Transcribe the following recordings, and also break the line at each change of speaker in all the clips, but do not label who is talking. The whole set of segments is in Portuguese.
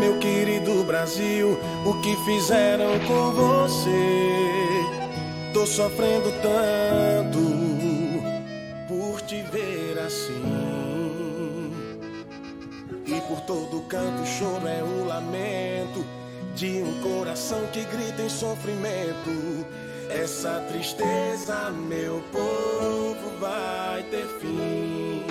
meu querido Brasil, o que fizeram com você? Tô sofrendo tanto por te ver assim. E por todo canto o choro é o lamento de um coração que grita em sofrimento. Essa tristeza, meu povo, vai ter fim.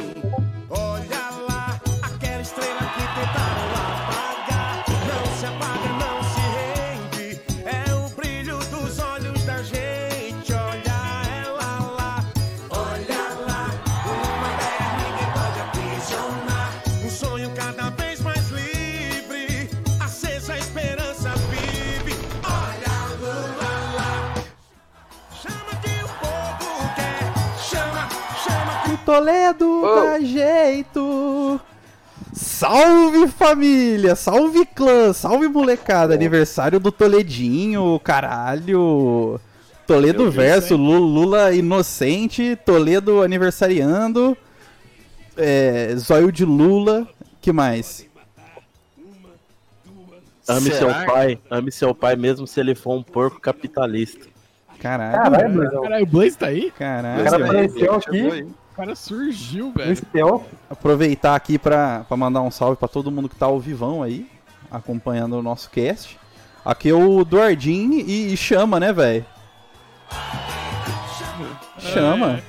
Olha lá, aquela estrela que tentaram apagar. Não se apaga, não se rende. É o brilho dos olhos da gente. Olha ela lá, olha lá. Uma ideia ninguém pode aprisionar. Um sonho cada vez mais livre. Acesa a esperança vive. Olha a lua lá. Chama que o povo quer. Chama, chama que
E Toledo
Oh.
dá jeito. Salve família, salve clã, salve molecada.
Oh.
Aniversário do Toledinho, caralho. Toledo
Meu Deus,
verso,
hein?
Lu- Lula inocente, Toledo aniversariando. É, zóio de Lula, que mais?
Ame
Será?
seu pai, ame seu pai mesmo se ele for um porco capitalista.
Caralho,
Caralho, mano.
Caralho, o Blaze tá aí?
caralho.
O cara
velho.
apareceu aqui
O cara surgiu,
no
velho.
céu.
aproveitar aqui pra pra mandar um salve pra todo mundo que tá ao vivão aí, acompanhando o nosso cast. Aqui é o Duardini e, e chama, né, velho? Chama,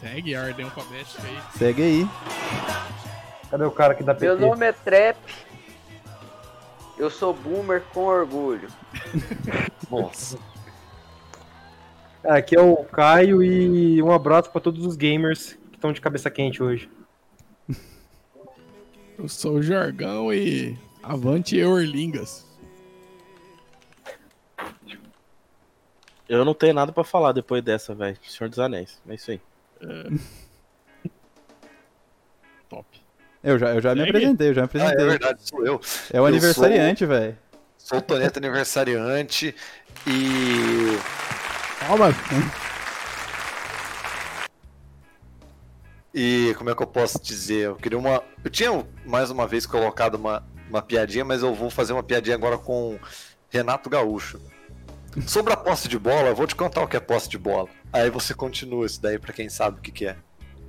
Segue a ordem um alfabética aí.
segue aí.
Cadê o cara que dá PT?
Meu nome é Trap. Eu sou boomer com orgulho.
Aqui é o Caio e um abraço pra todos os gamers que estão de cabeça quente hoje.
Eu sou o Jorgão e avante Eurlingas.
Eu não tenho nada pra falar depois dessa, velho. Senhor dos Anéis, é isso aí.
Top.
Eu já, eu já me
Segue.
apresentei, eu já me
Ah, é
apresentei.
verdade, sou eu.
É o
Eu
aniversariante, velho.
Sou o Toneto aniversariante e
Calma.
E como é que eu posso dizer? Eu queria uma. Eu tinha mais uma vez colocado uma, uma piadinha, mas eu vou fazer uma piadinha agora com Renato Gaúcho. Sobre a posse de bola, eu vou te contar o que é posse de bola. Aí você continua isso daí pra quem sabe o que, que é.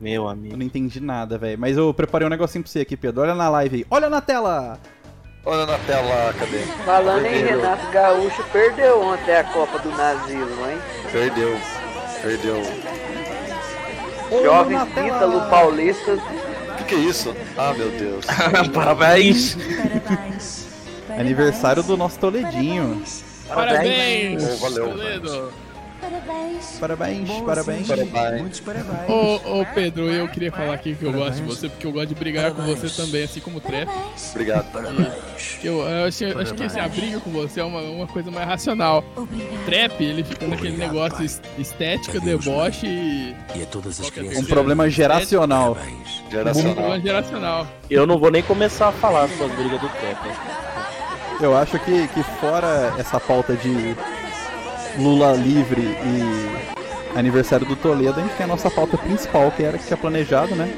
Meu
Eu
amigo.
não entendi nada, velho. Mas eu preparei um negocinho pra você aqui, Pedro. Olha na live aí. Olha na tela!
Olha na tela, cadê?
Falando em
Perdeu.
Renato Gaúcho, perdeu ontem a Copa do Nazismo, hein?
Perdeu. Perdeu.
Jovens Ítalo Paulistas
O que, que é isso? Ah, meu Deus.
Parabéns!
Parabéns.
Aniversário do nosso Toledinho.
Parabéns,
Oh, valeu,
Toledo.
Parabéns.
Parabéns, parabéns.
Parabéns.
Ô, ô, Pedro, eu queria falar aqui que eu gosto de você, porque eu gosto de brigar com você também, assim como o Trap.
Parabéns.
Obrigado.
Eu, eu acho, eu acho que assim, a briga com você é uma, uma coisa mais racional.
Obrigado.
Trap, ele fica naquele negócio es- estética, deboche e.
E a todas as
Qualquer um
crianças.
Um problema geracional.
Parabéns.
Geracional.
problema geracional.
Eu não vou nem começar a falar suas brigas do Pepe.
Eu acho que, que fora essa pauta de Lula livre e aniversário do Toledo, a gente tem a nossa pauta principal, que era que tinha planejado, né?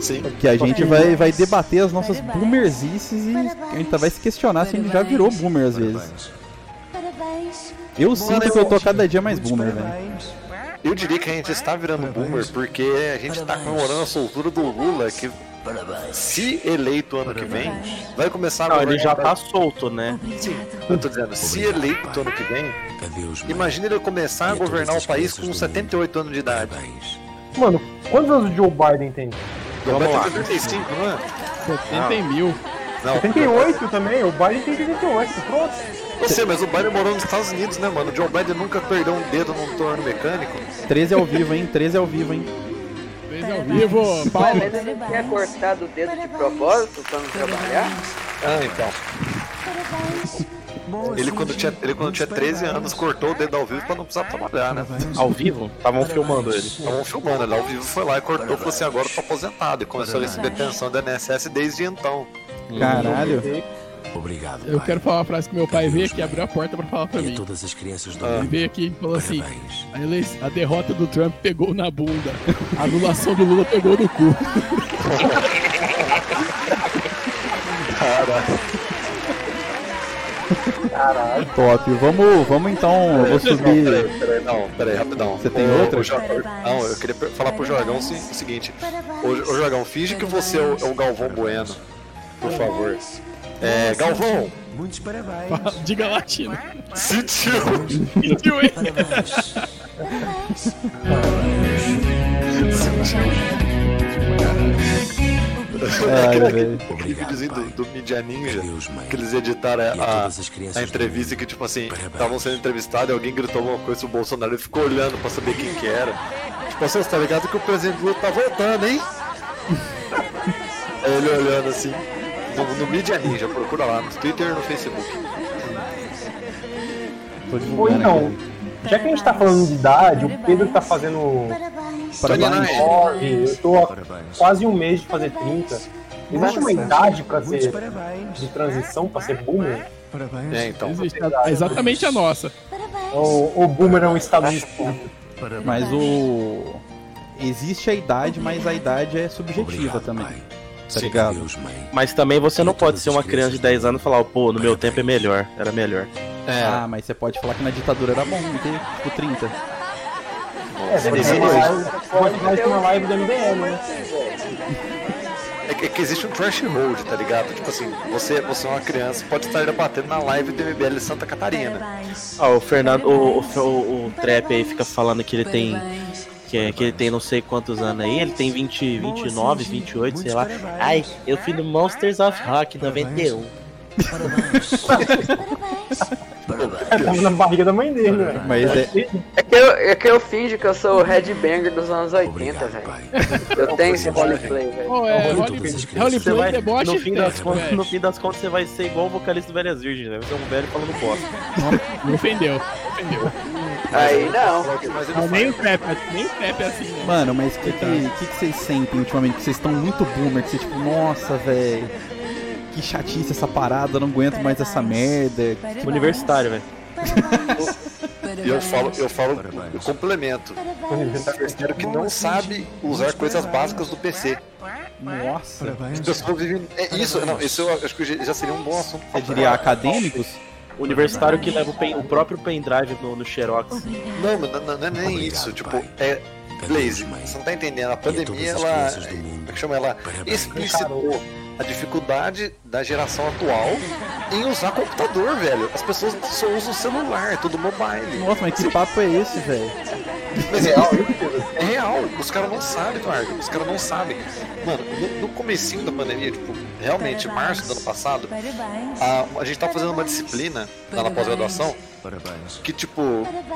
Sim.
Que a gente vai, vai debater as nossas boomerzices e a gente vai se questionar se a gente já virou boomer às vezes.
Parabéns.
Eu sinto que eu tô cada dia mais boomer, velho.
Eu diria que a gente está virando um boomer porque a gente está comemorando a soltura do Lula, que se eleito ano que vem, vai começar a
Não, ele
governar
já
o
tá solto, né?
Brasil. Eu tô dizendo, se eleito ano que vem,
Adeus, mãe.
imagina ele começar a governar o país com 78 anos de idade.
Parabéns.
Mano, quantos anos o Joe Biden tem?
Ele vai ter 35, não é?
70 mil.
Não,
um.
78 também? O Biden tem 78, pronto.
eu sei, mas o Biden morou nos Estados Unidos, né, mano? O Joe Biden nunca perdeu um dedo num torno mecânico.
13 ao vivo, hein? 13 ao vivo, hein?
Fez ao vivo, palma.
Mas ele não tinha cortado o dedo de propósito pra não trabalhar?
Ah, então.
Parabéns.
Ele quando tinha, ele, quando tinha 13 anos, cortou o dedo ao vivo pra não precisar trabalhar, né?
Ao vivo? Estavam filmando ele.
Estavam filmando, ele ao vivo foi lá e cortou, falou assim, agora eu tô aposentado. E começou a receber pensão da NSS desde então.
Caralho.
Obrigado.
Eu
pai.
quero falar uma frase que meu pai veio
Adeus,
aqui,
mãe.
abriu a porta pra falar pra
E
mim.
a todas as crianças do
Ele
mundo.
veio aqui e falou assim:
Parabéns.
a, elei- a derrota do Trump pegou na bunda, a anulação do Lula pegou no cu.
Top. Vamos, vamos então. Eu vou subir.
Peraí, peraí, não, peraí, rapidão.
Você tem
Ô,
outra?
ô, Jo- Não, eu queria per- falar pro Jorgão o se- o seguinte. Ô, ô Jorgão, finge que você é o, é o Galvão Bueno, por favor. É, Galvão,
Muitos parabéns.
Diga latino.
sentiu!
Sentiu, hein?
Parabéns.
Ai,
aquele
velho.
aquele videozinho do, do Media Ninja,
Deus, mãe.
que eles editaram
E a
a,
todas as crianças
a
do
entrevista que, tipo assim,
Parabéns.
estavam sendo entrevistados e alguém gritou alguma coisa, o Bolsonaro ficou olhando pra saber quem que era. Tipo assim, você tá ligado que o presidente Lula tá voltando, hein? Aí ele olhando assim, no, no Media Ninja, procura lá, no Twitter e no Facebook.
Tô
Ou
divulgando
então,
aqui.
já que a gente tá falando de idade, o Pedro que tá fazendo
Parabéns.
Parabéns.
nove, eu tô há
Parabéns.
quase um mês de fazer 30. Existe uma idade pra
Muitos
ser
parabéns.
de transição, pra ser boomer?
Parabéns.
É, então.
Existe. É exatamente a nossa.
Parabéns.
Ou, ou boomer é um estado de espírito?
Parabéns.
Mas o. Existe a idade, mas a idade é subjetiva
Obrigado,
também.
pai. Sim,
Tá ligado?
Deus, mãe.
Mas também você não
E
pode
todas
ser uma
as
criança
crianças
de 10 anos e falar, pô, no meu
Parabéns.
tempo é melhor, era melhor.
Ah, mas você pode falar que na ditadura era bom, não tem tipo 30.
É, você pode falar isso na live do MDM, né?
É que, é que existe um threshold, tá ligado? Tipo assim, você, você é uma criança, pode estar batendo na live do MBL Santa Catarina.
Parabéns.
Ah, o Fernando, o, o, o- o Trap aí fica falando que ele tem. Que, é- que ele tem não sei quantos anos aí, ele tem 20, 29, 28, sei lá. Ai, eu fui no Monsters of Rock 91.
Parabéns.
Tava Tá na barriga da mãe dele, né?
Mas é,
É que, eu, é que eu finjo que eu sou o headbanger dos anos 80,
Obrigado,
velho.
pai.
Eu tenho esse roleplay, velho.
Oh, é,
Olha
roleplay,
todas as crianças.
Você
roleplay,
vai-
deboche,
no, fim das
é,
contas,
velho.
no fim das contas, você vai ser igual o vocalista do Velhas Virgens, né? Vai ser um velho falando bosta.
Me ofendeu. me Ofendeu.
Aí não.
Mas ele
Não, nem
fala,
o trap, mas nem o trap é assim, né?
Mano, mas o que, que, que que vocês sentem ultimamente? Que vocês estão muito boomer, que vocês tipo, nossa, velho, que chatice essa parada, eu não aguento mais essa merda.
Universitário, velho.
e eu falo, eu falo, eu complemento.
Parabéns.
Universitário que não sabe usar coisas básicas do PC.
Nossa.
As pessoas vivem. É isso, não, isso eu acho que já seria um bom assunto.
Você diria acadêmicos?
Universitário que leva o, pen- o próprio pendrive no, no Xerox.
Não, mas não, não- não é nem
Obrigado,
isso. Tipo,
pai.
é.
Cadê
Blaze,
os mães?
você não tá entendendo. A
todas
pandemia,
as
ela.
crianças do mundo.
Como é que chama ela?
Parabéns.
Explicitou a dificuldade da geração atual em usar computador, velho. As pessoas só usam celular, é tudo mobile.
Nossa, mas que papo é esse, velho?
Mas é real, é real. Os caras não sabem, Eduardo. Os caras não sabem. Mano, no, no comecinho da pandemia, tipo, realmente, março do ano passado,
Parabéns.
Ah.
a, a gente tá fazendo uma disciplina lá na pós-graduação
Parabéns.
que, tipo,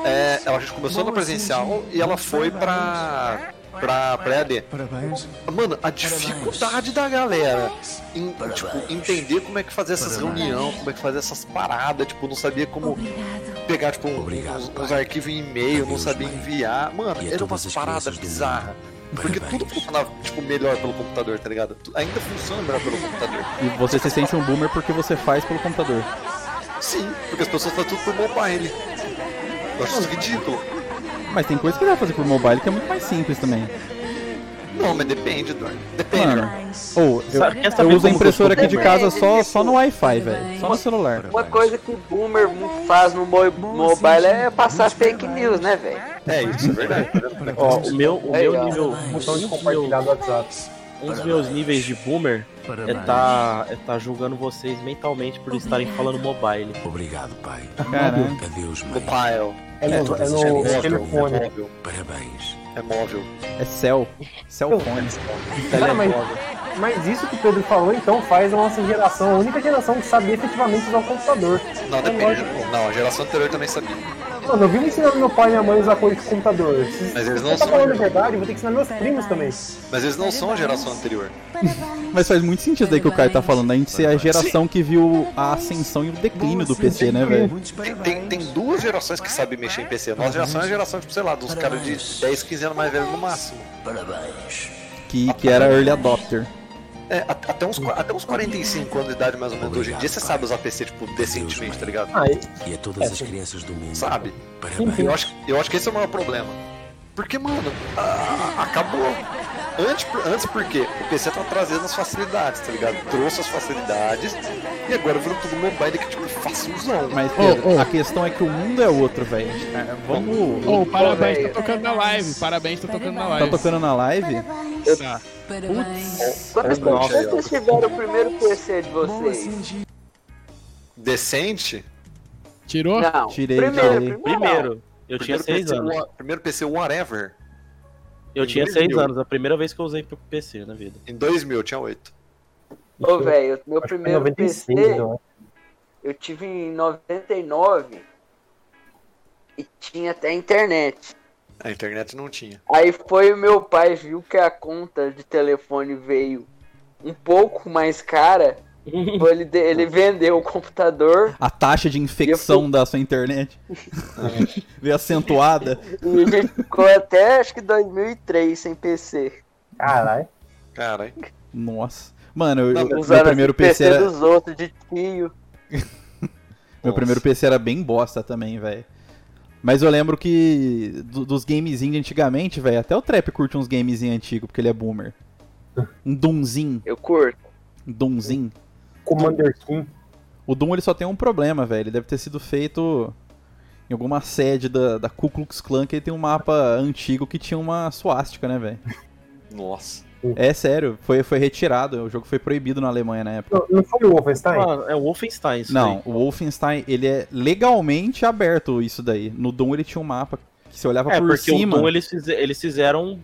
é, ela, a gente começou no presencial e ela foi pra, pra, pra EAD.
Parabéns.
Mano, a dificuldade da galera em, tipo, entender como é que fazer essas reuniões, como é que fazer essas paradas, tipo, não sabia como
Obrigado.
pegar, tipo, um-
Obrigado,
uns,
pai.
uns arquivos em e-mail, não
Adeus,
sabia
mãe.
enviar. Mano,
E a
era uma
todas as
parada
crianças do
bizarra.
mundo.
Porque
Parabéns.
tudo funcionava, tipo, melhor pelo computador, tá ligado? Tu- Ainda funciona melhor pelo computador.
E você se sente um boomer porque você faz pelo computador.
Sim, porque as pessoas fazem tudo por mobile. Eu acho isso ridículo.
Mas tem coisa que dá pra fazer por mobile que é muito mais simples também.
Não, mas depende, Eduardo. Depende.
Mano, ou
Sabe,
eu,
quer
eu
saber
uso a
como
impressora aqui de
costuma-
casa só, só no Wi-Fi, velho. Só no celular.
Uma coisa que o boomer faz no mo- mobile é passar fake news, né, velho?
É isso, é verdade.
Ó, o meu, o
É, ó.
meu nível.
Botão Então, de
Um dos,
compartilhar
meus,
do WhatsApp.
um dos meus níveis de boomer é tá, é tá julgando vocês mentalmente por estarem falando mobile.
Obrigado, pai.
Caralho.
Adeus, mãe.
Mobile.
É no, é no
É móvel. É
telefone.
móvel.
Parabéns.
É móvel.
É cell. Cell phone.
Cara, mas, mas isso que o Pedro falou, então, faz a nossa geração, a única geração que sabe efetivamente usar o computador.
Não, depende. Não, a geração anterior também sabia.
Mano, eu vivo ensinando meu pai e minha mãe a usar coisa de computador. Se
Mas eles
se
não
tá
são.
falando a verdade, eu vou ter que ensinar meus primos também.
Mas eles não são a geração anterior.
Parabéns.
Mas faz muito sentido aí que o Caio tá falando, né? a gente ser a geração que viu a ascensão e o declínio do PC, né, velho?
Muitos
Tem,
parabéns.
tem, tem duas gerações que sabem mexer em PC. A nossa geração é a geração, tipo, sei lá,
Uhum.
dos caras de 10, 15 anos mais velhos no máximo.
Parabéns.
Que, que era early adopter.
É, a- até uns, qua- até uns 45 anos de idade, mais ou menos, hoje em dia, você sabe usar PC, tipo, decentemente, tá ligado?
Ah, e-
E a todas as crianças do mundo.
Sabe?
Parabéns.
Eu acho, eu acho que esse é o maior problema. Porque, mano, ah, acabou. Antes, por- antes por quê? O PC tá trazendo as facilidades, tá ligado? Trouxe as facilidades e agora virou tudo mobile que é tipo facilzão.
Mas, Pedro,
Ô, ô.
a questão é que o mundo é outro, velho. É, Vamos.
Ô, parabéns,
velho.
tá tocando na live. Parabéns, tá tocando na
Tá
live.
tocando na live?
Tá.
Putz.
É
Quantas
Nossa.
quantas tiveram o primeiro PC de vocês?
Decente?
Tirou?
Não,
Tirei,
primeiro,
tirei.
primeiro.
Primeiro, eu tinha 6
Primeiro PC
anos.
wa- Primeiro PC whatever.
Eu tinha
Meu
6
Deus.
anos, a primeira vez que eu usei PC na vida.
Em 2000, eu tinha 8.
Ô, velho, meu
Acho que é
primeiro
96,
PC
eu acho.
eu tive em 99 e tinha até internet.
A internet não tinha.
Aí foi o meu pai, viu que a conta de telefone veio um pouco mais cara. foi ele, de- ele vendeu o computador
A taxa de infecção da sua internet veio acentuada.
e ele ficou até acho que 2003 sem PC.
Caralho.
Caralho.
Nossa. Mano, eu,
Não,
Tá meu
Usando
primeiro
o PC,
PC era,
dos outros, de tio.
meu primeiro PC era bem bosta também, velho. Mas eu lembro que do- dos gamezinhos de antigamente, velho, até o Trap curte uns gamezinhos antigos, porque ele é boomer. Um Doomzinho,
Eu curto.
um Doomzinho.
Commander King.
O Doom ele só tem um problema, velho. Ele deve ter sido feito em alguma sede da, da Ku Klux Klan que ele tem um mapa antigo que tinha uma suástica, né, velho?
Nossa.
É sério, foi, foi retirado. O jogo foi proibido na Alemanha na época.
Não, não foi o Wolfenstein?
Mano, é o Wolfenstein isso
Não,
daí.
o Wolfenstein, ele é legalmente aberto isso daí. No Doom ele tinha um mapa que você olhava
É,
por
porque
cima.
o Doom eles, fize- eles fizeram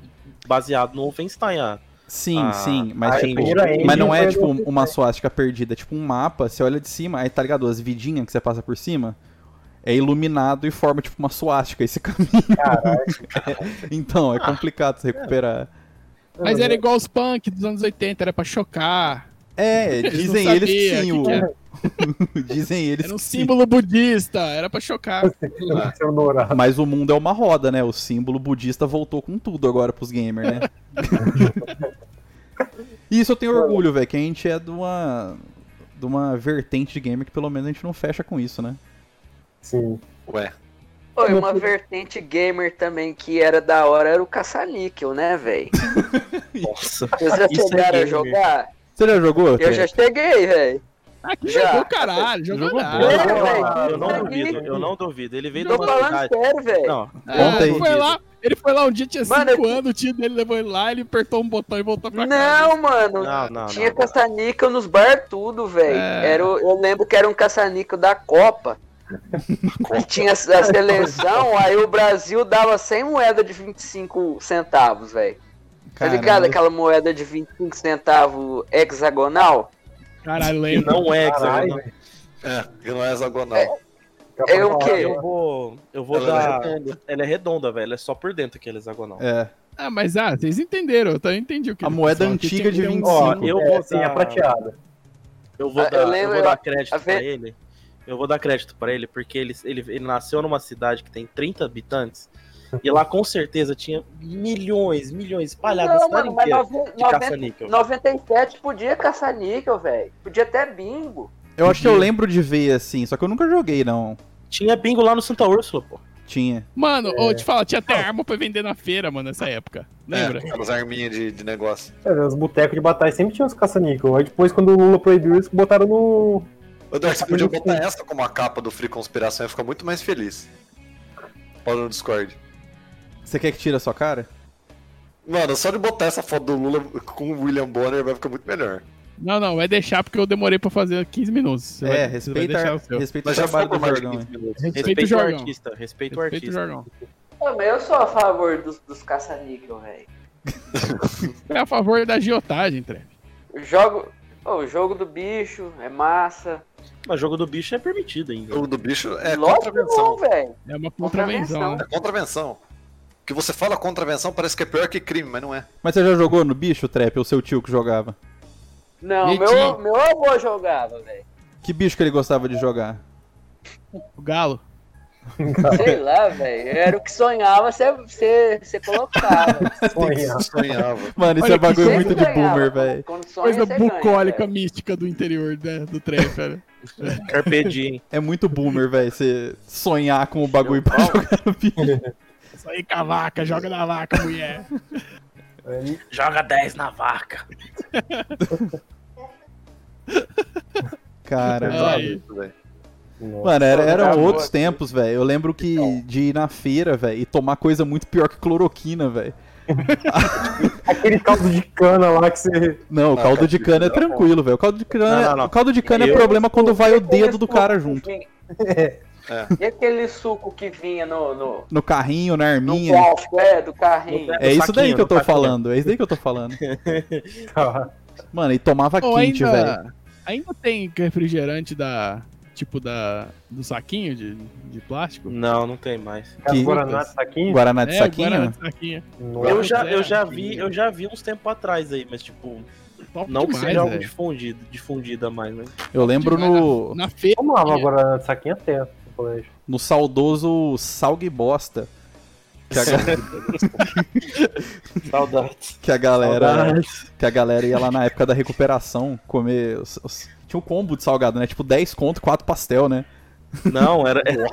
baseado no Wolfenstein. Ah.
Sim,
Ah,
sim, mas
a
tipo,
primeira engine
mas não é
foi
tipo
do-
uma suástica perdida, é tipo um mapa, você olha de cima, aí tá ligado as vidinhas que você passa por cima, é iluminado e forma tipo uma suástica esse caminho. então, é
Ah,
complicado se recuperar.
Mas era igual os punk dos anos 80, era pra chocar.
É,
Eles não
dizem eles que
sabiam
sim,
o que que era.
o... dizem eles
Era um
que sim.
símbolo budista, era pra chocar.
Seu Norado.
Mas o mundo é uma roda, né? O símbolo budista voltou com tudo agora pros gamers, né? e isso eu tenho orgulho, velho, que a gente é de uma, de uma vertente de gamer que pelo menos a gente não fecha com isso, né?
Sim.
Ué.
Foi uma vertente gamer também que era da hora, era o caça-níquel, né, velho?
Nossa.
Vocês já
Isso é
chegaram a
gamer.
jogar?
Você já jogou?
Eu já cheguei, velho.
Ah, que
Já.
jogou caralho, jogou
Jogou
nada.
bola.
Eu não duvido, eu não duvido. Ele veio da
Tô falando
humanidade.
sério, velho.
Não,
Ah,
Conta aí.
ele foi lá, ele foi lá um dia, tinha 5
Mano, eu-
anos, o tio dele levou ele lá, ele apertou um botão e voltou pra casa.
Não, mano.
Não, não,
Tinha
não, não.
caça-níquel nos bar tudo, velho.
É.
Era o- Eu lembro que era um caça-níquel da Copa. E tinha a seleção, aí o Brasil dava 100 moedas de 25 centavos, velho. Tá ligado
Caralho.
aquela moeda de 25 centavos hexagonal?
Caralho,
E
lembro.
não é
Caralho,
hexagonal.
É, que não é hexagonal.
É. É o quê?
Eu vou. Eu vou
Ela
dar.
é redonda.
Ela é redonda, velho. É só por dentro que ela é hexagonal.
É,
Ah, mas ah, vocês entenderam, eu também entendi o que
A
ele
moeda
falou, que
antiga
tinha que
de
ter um-
25.
Ó,
Ó, eu
É,
vou
sim, a
dar,
prateada.
eu vou
Ah, eu
dar, eu
lembro,
vou dar crédito
a ve-
pra ele. Eu vou dar crédito pra ele porque ele, ele, ele nasceu numa cidade que tem 30 habitantes e lá com certeza tinha milhões, milhões espalhados na
Não,
cidade
mano, mas
inteira
noven-
de
noventa-
caça-níquel.
97 podia caça-níquel, velho. Podia até bingo.
eu acho que eu lembro de ver assim, só que eu nunca joguei, não.
Tinha bingo lá no Santa Úrsula, pô.
Tinha.
Mano, ô, te fala, tinha até arma pra vender na feira, mano, nessa época. Lembra?
É, aquelas arminhas de, de negócio.
É, os botecos de batalha sempre tinham os caça-níquel. Aí depois, quando o Lula proibiu, eles botaram no.
Ô, Dark, você podia botar essa como a capa do Free Conspiração e ficar muito mais feliz. Olha no Discord.
Você quer que tire a sua cara?
Mano, só de botar essa foto do Lula com o William Bonner vai ficar muito melhor.
Não, não, vai deixar porque eu demorei pra fazer 15 minutos. Você vai-
é,
você vai deixar
respeita,
o seu.
respeita o
Mas já
trabalho
ficou
do
mais de
Jorgão.
15 minutos.
Respeita o
Respeito ao
Jorgão.
artista, respeito ao
Respeita o
artista.
Jorgão.
Não, mas eu sou a favor dos, dos caça-níquel, velho.
É a favor da agiotagem, Trem.
O Jogo. Ô, o jogo do bicho é massa.
Mas jogo do bicho é permitido ainda.
O do bicho é
Lógico que não,
contravenção.
velho.
É uma contravenção.
Contravenção.
né?
É contravenção. O que você fala contravenção parece que é pior que crime, mas não é.
Mas você já jogou no bicho, Trap, ou seu tio que jogava?
Não,
Mentira.
meu, meu avô jogava, velho.
Que bicho que ele gostava de jogar?
né? O galo.
Sei lá, velho. Era o que sonhava, você colocava.
Sonha.
Sonhava.
Mano, isso
Olha
é
que
bagulho
Sempre
muito de
ganhava,
boomer,
quando-
velho.
quando sonha,
Coisa
você ganha,
bucólica,
velho.
mística do interior né, do Trem, cara.
Carpe diem.
É muito boomer, velho, você sonhar com o bagulho pra jogar no bicho.
Isso aí com a vaca, joga na vaca, mulher.
É,
Joga 10 na vaca.
Cara.
Ai.
velho.
nossa.
Mano, era, eram
Acabou
outros
aqui.
tempos, velho. Eu lembro que de ir na feira, velho, e tomar coisa muito pior que cloroquina, velho.
Aquele caldo de cana lá que você.
Não, o
Ah,
caldo
cara,
de cana é tranquilo, velho. O caldo de cana,
Não, não, não.
O caldo de cana é
Eu-
problema quando vai o dedo do cara junto.
E aquele suco que vinha no, no,
No carrinho, na
no
arminha.
golfe, é, do carrinho?
É isso daí
saquinho,
que eu tô
no saquinho.
falando, é isso daí que eu tô falando.
Tá.
Mano, e tomava
Ou
tá quente, velho.
ainda, ainda tem refrigerante da. Tipo da. do saquinho de, de plástico?
Não, não tem mais.
Cara,
Que-
Guaraná de saquinho?
Guaraná de
é,
saquinho?
Guaraná de saquinho.
Nossa.
Eu já, eu já vi, eu já vi uns tempos atrás aí, mas tipo,
Top
não que
demais,
seja algo
velho.
difundido, difundida mais, mas
Eu lembro
Demais,
no,
Na feira.
tomava Guaraná de saquinho é tipo, até no colégio.
no saudoso Salgue Bosta. Que a, ga-
saudades.
que a galera, que a galera ia lá na época da recuperação comer. os- os- tinha um combo de salgado, né? Tipo 10 conto, 4 pastel, né?
Não, era, era,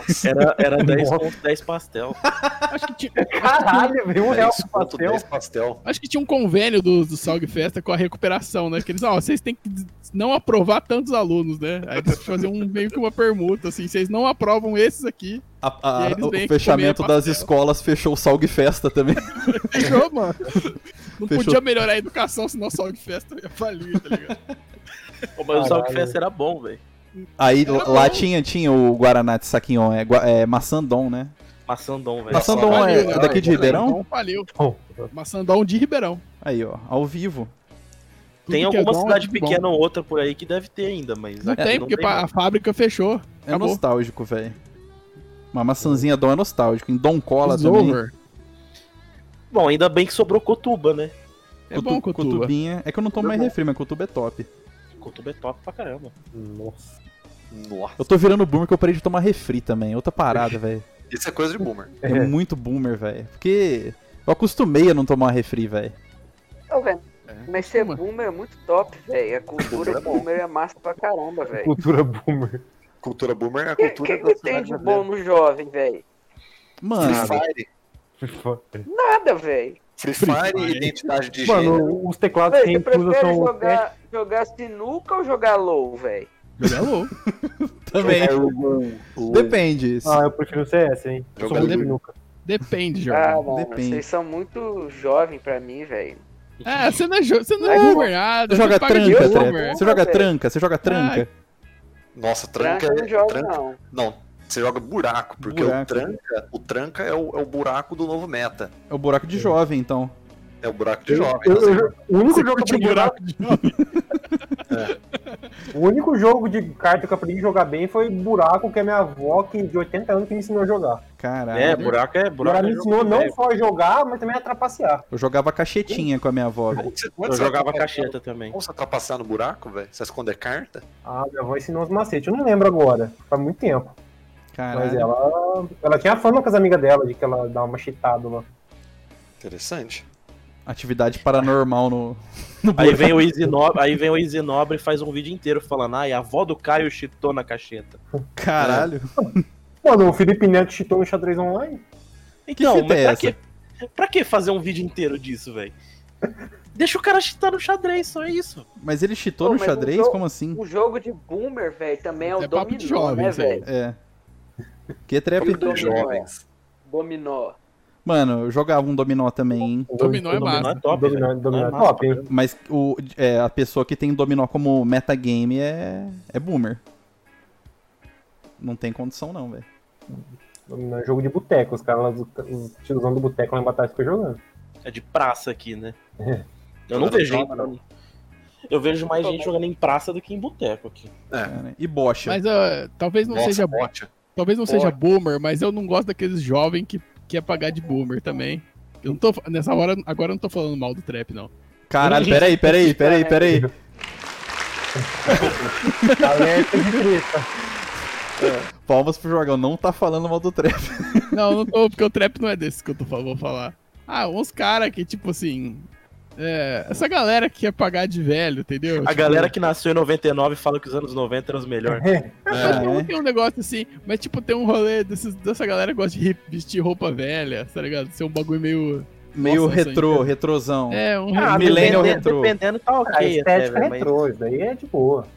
era 10 conto, 10 pastel.
Acho que, tinha,
Caralho, veio um real
Dez
pro
conto,
pastel.
dez pastel.
acho que tinha um convênio do, do Salgue Festa com a recuperação, né? Que eles, ó, vocês têm que não aprovar tantos alunos, né? Aí eles faziam um, meio que uma permuta, assim, vocês não aprovam esses aqui.
A- a-
E eles
o
vêm
fechamento
comer
das
pastel.
escolas fechou o Salgue Festa também.
Fechou, mano. Não
Fechou.
podia melhorar a educação, senão o Salgue Festa ia falir, tá ligado?
Pô, mas o Salve
Caralho.
Festa era bom, velho.
Aí
Era
lá
bom.
tinha, tinha o Guaraná de saquinho, é, gua- é maçandom, né?
Maçandom, velho.
Maçandom é,
né?
é daqui de Ribeirão?
Então faliu.
Bom,
Maçandão de Ribeirão.
Aí, ó, ao vivo.
Tudo
Tem
que é
alguma
bom é
cidade
muito bom.
pequena ou outra por aí né, que deve ter ainda, mas
Não
aqui
tem, porque
mais.
a fábrica fechou.
É
Acabou.
nostálgico, velho. Uma maçãzinha Dom é nostálgico. Em Dom Cola
It's
também.
over.
Bom, ainda bem que sobrou Cotuba, né?
É bom,
Cutu-
Cotuba.
Cutubinha. É que eu não tomo mais refri, mas Cutuba é top.
Cotuba é top pra caramba.
nossa.
Nossa.
Eu tô virando boomer que eu parei de tomar refri também. Outra parada, velho.
Isso é coisa de boomer.
É muito boomer, velho. Porque eu acostumei a não tomar refri, velho.
Ô, velho, Mas ser
Uma.
boomer é muito top, velho. A cultura boomer é massa pra caramba, velho.
Cultura boomer.
Cultura boomer é a
O que,
cultura
que
da
que tem
cidade
de bom
brasileira.
no jovem, velho?
Mano,
Free Fire.
Nada, velho.
Free
Free
Fire
Fire.
e identidade de gênero.
Mano, os teclados que
Véi,
a
Você
gente usa
prefere
são. sete.
jogar, jogar sinuca ou jogar low, velho?
Ele é louco.
também.
É o- o-
Depende.
Ah, eu prefiro o CS, hein? Eu sou
Jogador.
muito nuca.
né? Depende,
Ah,
Jorge.
mano,
depende.
vocês são muito jovem pra mim, velho.
É, você não é, jo você não é
Não.
boomer nada.
Você joga
você paga de
tranca,
boomer.
Trep. Você joga
velho.
tranca, você joga tranca.
Nossa,
Tranca
tranca, é-
eu não jogo,
tranca.
não.
Não, você joga buraco, porque
Buraco.
o tranca, o tranca é o, é o buraco do novo meta.
É o buraco de jovem, então.
É o buraco de
Eu-
jovem.
eu- eu- O único
assim. Você
jogo
curte
que eu
um
aprendi a jogar- É.
buraco de jovem.
O único jogo de carta que eu aprendi a jogar bem foi buraco, que é minha avó que de 80 anos que me ensinou a jogar.
Caralho.
É, buraco é buraco.
Ela me
é
ensinou
jogo,
não
velho.
só a jogar, mas também a trapacear.
Eu jogava cachetinha com a minha avó, velho.
Como que você
Eu
pode se
jogava
atrapassar-
cacheta também.
Como você trapacear no buraco, velho? Você esconder carta?
Ah, minha avó ensinou uns macetes. Eu não lembro agora, faz muito tempo. Mas
Caralho.
ela, ela tinha fama com as amigas dela de que ela dava uma cheatada lá.
Interessante.
Atividade paranormal no, no
Aí
buraco.
vem, o Easy Nobre, aí vem o Easy Nobre e faz um vídeo inteiro falando, ai, a avó do Caio chitou na cacheta.
Caralho.
Mano, o Felipe Neto cheatou no xadrez online?
Então,
fita
mas
é
pra
essa?
que, pra que fazer um vídeo inteiro disso, velho? Deixa o cara chitar no xadrez, só é isso.
Mas ele cheatou
Pô,
no
mas não
xadrez?
dou-
Como assim?
O Um jogo de boomer, velho, também é o
É papo de
dominó,
jovem,
né,
isso aí.
velho?
É. Que trap.
Papo de jovem.
Jovens.
Dominó.
Mano, eu jogava um dominó também, hein?
Dominó é
Dominó
massa.
é top, velho.
Dominar, dominar
É
é
massa
top, hein?
Mas o, é, a pessoa que tem dominó como metagame é, é boomer. Não tem condição, não, velho.
Dominar é jogo de boteco, os caras, lá, os, os tiozão do boteco lá em Batalha ficam jogando.
É de praça aqui, né?
É.
Eu não
Não,
vejo
não,
gente. Eu vejo mais gente jogando em praça do que em boteco aqui.
cara. E bocha.
Mas ah, talvez não
Nossa, né?
seja bo-
bote.
talvez não seja boomer, mas eu não gosto daqueles jovens que quer pagar de boomer também. Eu não tô fa- nessa hora agora eu não tô falando mal do trap não.
Caralho, peraí, peraí, peraí, peraí.
Alerta de treta.
Palmas pro jogão, não tá falando mal do trap.
Não, não tô, porque o trap não é desse que eu tô falando, vou falar. Ah, uns caras que tipo assim, é, essa galera que quer pagar de velho, entendeu?
A
Tipo,
galera que nasceu em 99 fala que os anos 90 eram os melhores.
Mas
Ah,
não
é?
tem um negócio assim, mas tipo, tem um rolê desses, dessa galera que gosta de ri- vestir roupa velha, tá ligado? Ser um bagulho meio
meio
Nossa,
retrô,
isso aí,
retrosão.
É, um
Ah,
remake.
Millennial
dependendo,
retrô.
dependendo tá ok.
A estética
até, velho, mas-
retrô, isso daí é de boa.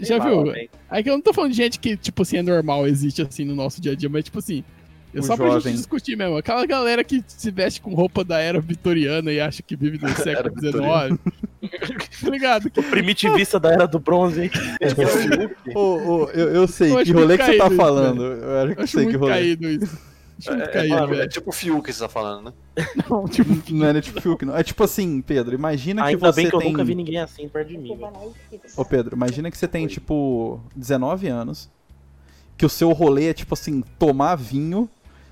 Já
Sei
viu?
lá, velho.
É que eu não tô falando de gente que, tipo assim, é normal, existe assim no nosso dia a dia, mas tipo assim. É
O
só pra
jovem.
gente discutir mesmo. Aquela galera que se veste com roupa da era vitoriana e acha que vive no século XIX. tá ligado? Que
Primitivista da era do bronze, hein?
Ô, ô, eu, eu sei
Eu
que
acho
rolê que
muito
você tá
caído isso,
falando. Eu acho que
eu
eu
acho
sei que
muito
rolê.
caído isso. Acho muito
É,
caído,
mano, é
velho.
tipo o Fiuk que você tá falando, né?
Não, tipo,
Não era tipo Fiuk, não. É tipo assim, Pedro, imagina que
Ainda
você
bem que eu
tem...
nunca vi ninguém assim perto de mim. velho.
Ô Pedro, imagina que você tem, tipo, 19 anos, que o seu rolê é, tipo assim, tomar vinho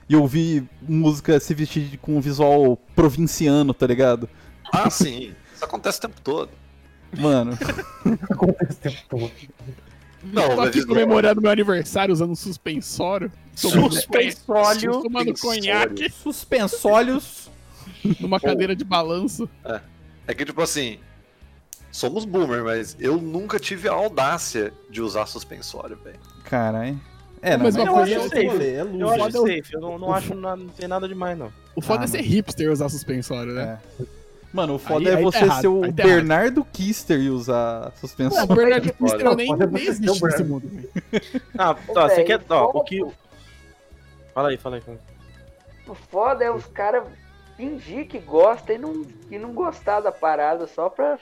e ouvir música se vestir de- com um visual provinciano, tá ligado?
Ah, sim. Isso acontece o tempo todo.
Mano,
Acontece o tempo todo.
Não,
tô
mas
tá aqui
isso é não-
comemorando meu aniversário usando um suspensório. Tomando-
Suspensório.
Tomando conhaque
suspensórios...
numa cadeira de balanço.
É que, tipo assim, somos boomer, mas eu nunca tive a audácia de usar suspensório, velho.
Caralho. É, não,
Mas uma
eu
coisa
acho
eu
que
sei.
esse rolê é
Eu
luz.
acho safe, eu não, não acho nada, não tem nada demais, não.
O foda
Ah,
é ser hipster usar suspensório, né?
É. Mano, o foda
Aí-
é
aí tá
você
errado,
ser o
aí tá errado.
Bernardo Kister e usar
Não, o
suspensório.
Bernard Hipster eu
Olha,
nem,
olha,
nem
você
existe
tem um
nesse mundo. velho.
Ah, tá,
Ô,
você
velho,
quer. Ó,
como-
o que. Fala aí, fala aí. fala aí.
O foda é os caras fingir que gosta e não, e não gostar da parada só pra.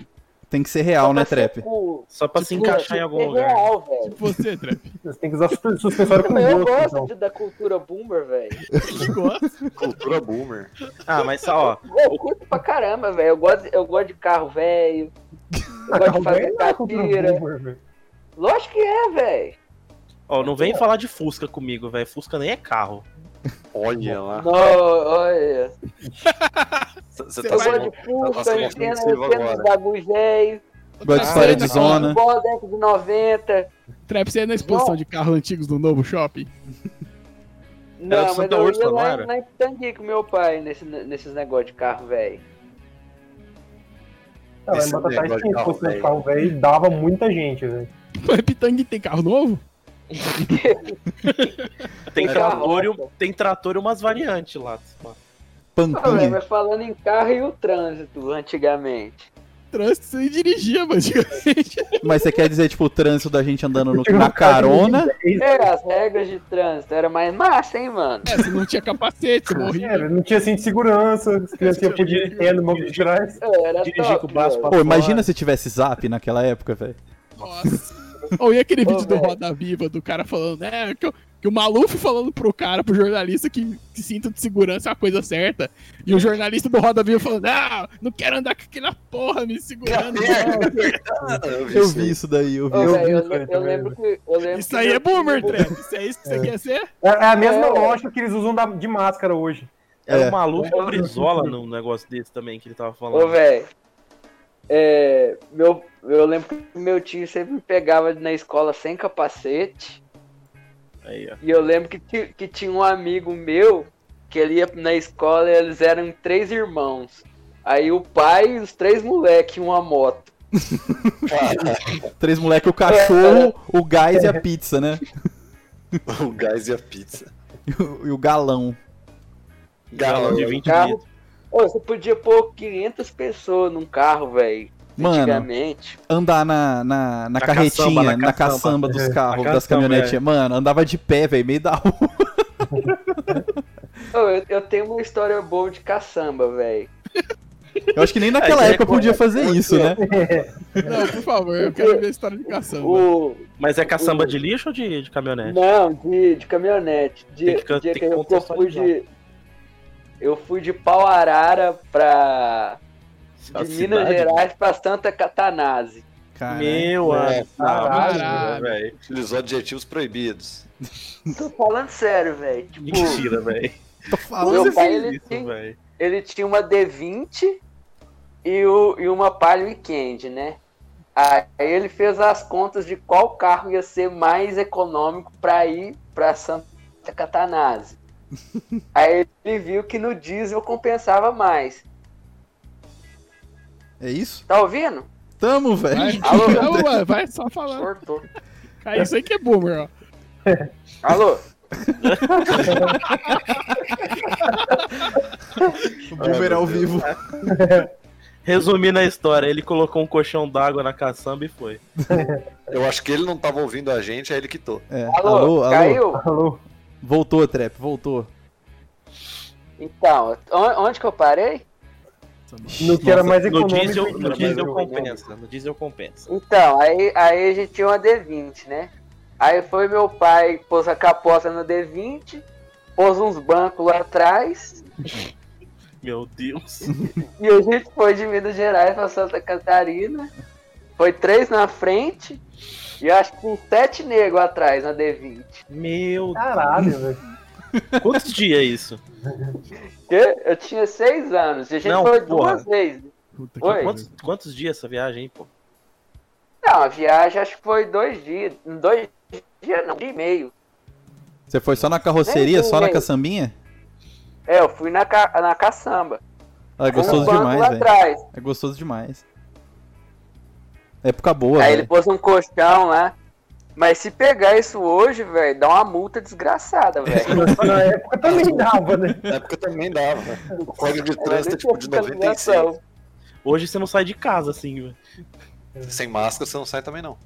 Tem que ser real,
só
né,
pra
Trap?
ser cool.
Só pra se encaixar em algum lugar.
Tipo, é Real, velho. Tipo,
Você, Trap,
Você tem que usar sus- suspensório com
Eu
gosto,
gosto
então.
de- da cultura boomer, velho.
que gosta.
Cultura boomer.
Ah, mas ó,
Eu curto pra caramba, velho. Eu gosto, eu gosto de carro velho. Eu gosto de fazer
Não é cultura
cadeira.
boomer, velho.
Lógico que é, velho.
ó, não vem falar de Fusca comigo, velho. Fusca nem é carro.
Olha
Ah.
lá.
Não, olha.
Você
Você
tá
Eu gosto
sendo.
de
Nossa,
Fusca,
eu
eu
vou
entendo,
ofensivo
eu entendo os
agora.
bagulho velho.
Gosto de
Ah,
história
é
de
da-
zona.
Boa década né, de 90.
Trap, você é na exposição
Não.
de carros antigos do novo shopping?
Não, mas
Santa
eu
Úrsula,
ia
não
lá
era?
em- na Itangui com meu pai nesse, nesses negócios de carro velho.
Não, mas
Esse
Batatais
negócio de
tinha
carro
fosse
velho.
né? carro velho e dava muita gente, velho.
Mas Pitang tem carro novo?
Tem
É.
trator, e, um- tem trator e umas variantes lá. mano.
Ah, velho,
Pampinha.
mas falando em carro e o trânsito, antigamente.
Trânsito você dirigia, mas antigamente.
Mas você quer dizer, tipo, o trânsito da gente andando no-
Tinha um
na
cara de
carona?
dez,
É, as regras de trânsito era mais massa, hein, mano?
É, você não tinha capacete, você morria.
Era, É, não tinha cinto de segurança, as crianças podiam ir pé no banco de trás.
É, Era
Dirigir
top,
com o braço
velho.
pra
Pô, imagina se tivesse zap naquela época, velho.
Nossa. Ou e aquele
Ô,
vídeo do
velho.
Roda Viva, do cara falando, né? Que, o- que o Maluf falando pro cara, pro jornalista, que, que cinto de segurança é uma coisa certa. E o jornalista do Roda Viva falando, não, não quero andar com aquela porra me segurando. não."
Ah, eu vi
Eu
isso.
vi isso daí, eu vi.
Ô,
Eu
velho,
vi
eu,
isso aí
eu
também,
né?
lembro que. Eu lembro
Isso
que
aí é
meu
boomer,
primo-
Trap. Isso é isso que você quer ser?
É é a mesma
É.
lógica que eles usam da- de máscara hoje.
Era
É.
um maluco com brizola num negócio desse também que ele tava
Ô,
falando.
velho. É, meu, eu lembro que meu tio sempre me pegava na escola sem capacete.
Aí, ó.
E eu lembro que, ti- que tinha um amigo meu que ele ia na escola e eles eram três irmãos. Aí o pai e os três moleques em uma moto.
Três moleque, o cachorro, o gás e
É.
a pizza, né?
O gás e a pizza.
E o- E o galão.
Galão de 20
Carro.
litros.
Ô, você podia pôr 500 pessoas num carro, velho.
Mano,
Antigamente.
andar na, na, na
Na
carretinha,
caçamba,
na,
na
caçamba,
caçamba.
dos
É,
carros,
na
das
caçamba,
caminhonetinhas. Mano, andava de pé, velho, meio da rua.
Ô, eu, eu tenho uma história boa de caçamba, velho.
Eu acho que nem naquela
isso é
época podia fazer isso, né?
Não, por favor, eu quero ver a história de caçamba.
O...
Mas é caçamba de lixo ou de, de caminhonete?
Não, de, de caminhonete.
É. Tem
Dia,
que can-
dia
tem
que,
que
eu, eu fui de.
contextualizar.
Eu fui de pau arara pra.
A
de Minas
cidade.
Gerais pra Santa Catanase.
Caralho.
Meu
É,
amigo.
caralho.
velho.
Utilizou adjetivos proibidos.
Tô falando sério, velho. Tipo,
Mentira, velho.
Tô
Meu
falando.
pai,
Fez
ele
isso,
tem-
velho.
ele tinha uma D20 e, o, e uma Palio Weekend, né? Aí ele fez as contas de qual carro ia ser mais econômico pra ir pra Santa Catanase. Aí ele viu que no diesel compensava mais.
É isso?
Tá ouvindo?
Tamo, velho.
Vai,
Alô?
Não, mano, vai só falando.
Cortou.
Cara, isso aí que é boomer, ó.
Alô?
O boomer ao vivo.
É.
Resumindo a história, ele colocou um colchão d'água na caçamba e foi.
Eu acho que ele não tava ouvindo a gente, aí ele quitou.
É,
Alô,
Alô, alô.
caiu?
Alô?
Voltou, Trap, voltou.
Então, on- onde que eu parei?
No que era mais
No
econômico.
diesel,
e
no
que era
diesel
mais econômico.
compensa, no diesel compensa.
Então, aí, aí a gente tinha uma D20, né? Aí foi meu pai, pôs a capota no D20, pôs uns bancos lá atrás,
Meu Deus.
e a gente foi de Minas Gerais pra Santa Catarina. Foi três na frente, e acho que uns sete negros atrás na D20.
Meu
Caralho, velho.
Deus. Quantos dias é isso?
Porque eu tinha seis anos, e a gente
Não,
foi
porra.
duas vezes.
Puta
Oi?
pariu.
Quantos, quantos dias essa viagem, hein, pô?
Não, a viagem acho que foi dois dias, dois dias não, um dia e meio.
Você foi só na carroceria, só na
Ei.
caçambinha?
É, eu fui na, ca na caçamba.
Ah, é
Com um
gostoso
banco
demais,
lá
velho.
atrás.
É gostoso demais. Época boa,
Aí
né?
velho.
ele pôs um colchão lá. Mas se pegar isso hoje, velho, dá uma multa desgraçada, velho.
Na época também dava, né?
Na época também dava. O código de
Era
trânsito é
nem
tipo de
pouca
96.
ligação.
Hoje você não sai de casa assim, velho.
Sem máscara você não sai também não.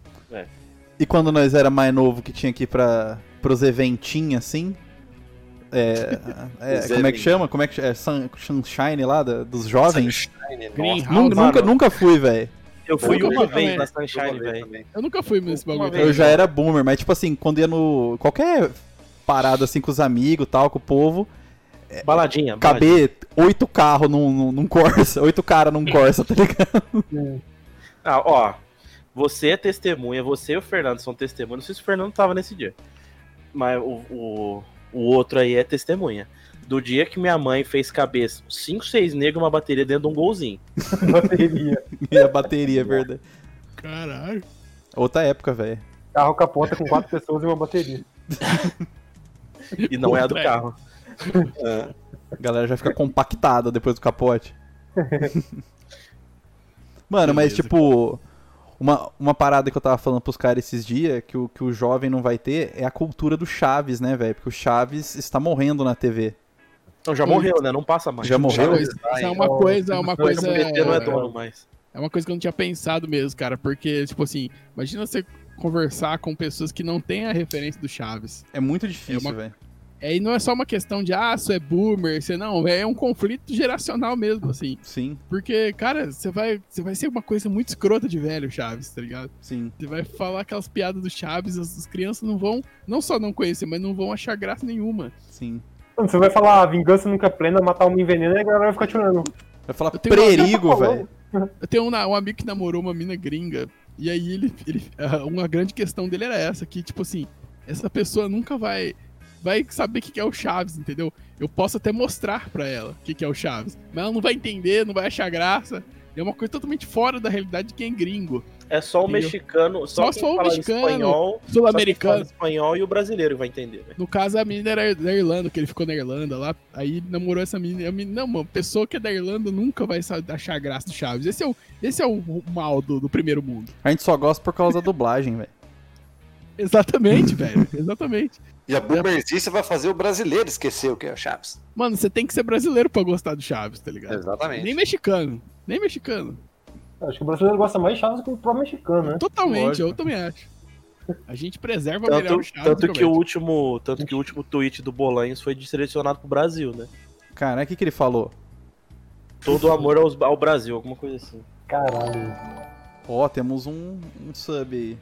E quando nós era mais novo, que tinha que ir pra, pros eventinhos, assim... É, é, como é
Os
que
eventinhos.
chama? Como é que chama? É Sun- Sunshine lá, da- dos jovens?
Sunshine,
Green
nossa.
House,
Nunca, nunca,
mano.
nunca fui, velho.
Eu fui
Nunca
uma
fui
vez
também.
na
Eu
Sunshine,
vou ver
velho.
também.
Eu nunca fui nesse
Uma
bagulho.
vez.
Eu já era boomer, mas tipo assim, quando ia no. qualquer parada assim com os amigos tal, com o povo, É,
Baladinha, baladinha.
caber oito carros num, num, num Corsa, oito caras num Corsa, tá ligado?
Ah, ó. Você é testemunha, você e o Fernando são testemunhas. Não sei se o Fernando tava nesse dia. Mas o, o, o outro aí é testemunha. Do dia que minha mãe fez cabeça, cinco, seis negros e uma bateria dentro de um golzinho.
Bateria.
E a bateria, é verdade.
Caralho.
Outra época, velho.
Carro capota com quatro pessoas e uma bateria.
E não é a do carro.
A galera já fica compactada depois do capote. Mano, mas
Beleza.
tipo, uma, uma parada que eu tava falando pros caras esses dias, que o, que o jovem não vai ter, é a cultura do Chaves, né, velho? Porque o Chaves está morrendo na TV.
Então já morreu, né? Não passa mais.
Já morreu?
Isso é uma coisa, é uma
Mas
coisa.
o PT não é dono mais.
É uma coisa que eu não tinha pensado mesmo, cara. Porque, tipo assim, imagina você conversar com pessoas que não têm a referência do Chaves.
É muito difícil,
É uma-
velho.
É, e não é só uma questão de, ah, você é boomer, você não. É um conflito geracional mesmo, assim.
Sim,
Porque, cara, você vai, você vai ser uma coisa muito escrota de velho, Chaves, tá ligado?
sim.
Você vai falar aquelas piadas do Chaves, as, as crianças não vão, não só não conhecer, mas não vão achar graça nenhuma.
Sim.
Mano, você vai falar, "Ah, vingança nunca é plena, matar um envenena e a galera vai ficar tirando.
Vai falar
Eu tenho uma-
prerigo, velho.
Eu tenho um, na- um amigo que namorou uma mina gringa, e aí ele, ele- ah, Uma grande questão dele era essa, que, tipo assim, essa pessoa nunca vai. Vai saber o que que é o Chaves, entendeu? Eu posso até mostrar pra ela o que que é o Chaves. Mas ela não vai entender, não vai achar graça. É uma coisa totalmente fora da realidade de quem é gringo.
É só o
Entendeu?
mexicano, só,
Só-
quem
só o
fala
mexicano,
espanhol, só quem fala
Sul-americano.
espanhol e o brasileiro vai entender. velho.
No caso, a menina era da Irlanda, que ele ficou na Irlanda lá. Aí ele namorou essa menina. e A menina não, mano, pessoa que é da Irlanda nunca vai sa- achar graça do Chaves. Esse é o, esse é o mal do, do primeiro mundo.
A gente só gosta por causa da dublagem, velho.
Exatamente, velho. Exatamente.
E a boomerzice vai fazer o brasileiro esquecer o que é o Chaves.
Mano, você tem que ser brasileiro pra gostar do Chaves, tá ligado?
Exatamente.
Nem mexicano. Nem mexicano.
Acho que o brasileiro gosta mais de Chaves que o próprio mexicano, né?
Totalmente,
É, Lógico.
eu também acho. A gente preserva melhor
Tanto,
o Chaves.
tanto que o
realmente.
último, tanto que o último tweet do Bolanhos foi direcionado pro Brasil, né?
Caralho, o que, que ele falou?
Todo amor aos- ao Brasil, alguma coisa assim.
Caralho.
Ó, temos um, um sub aí.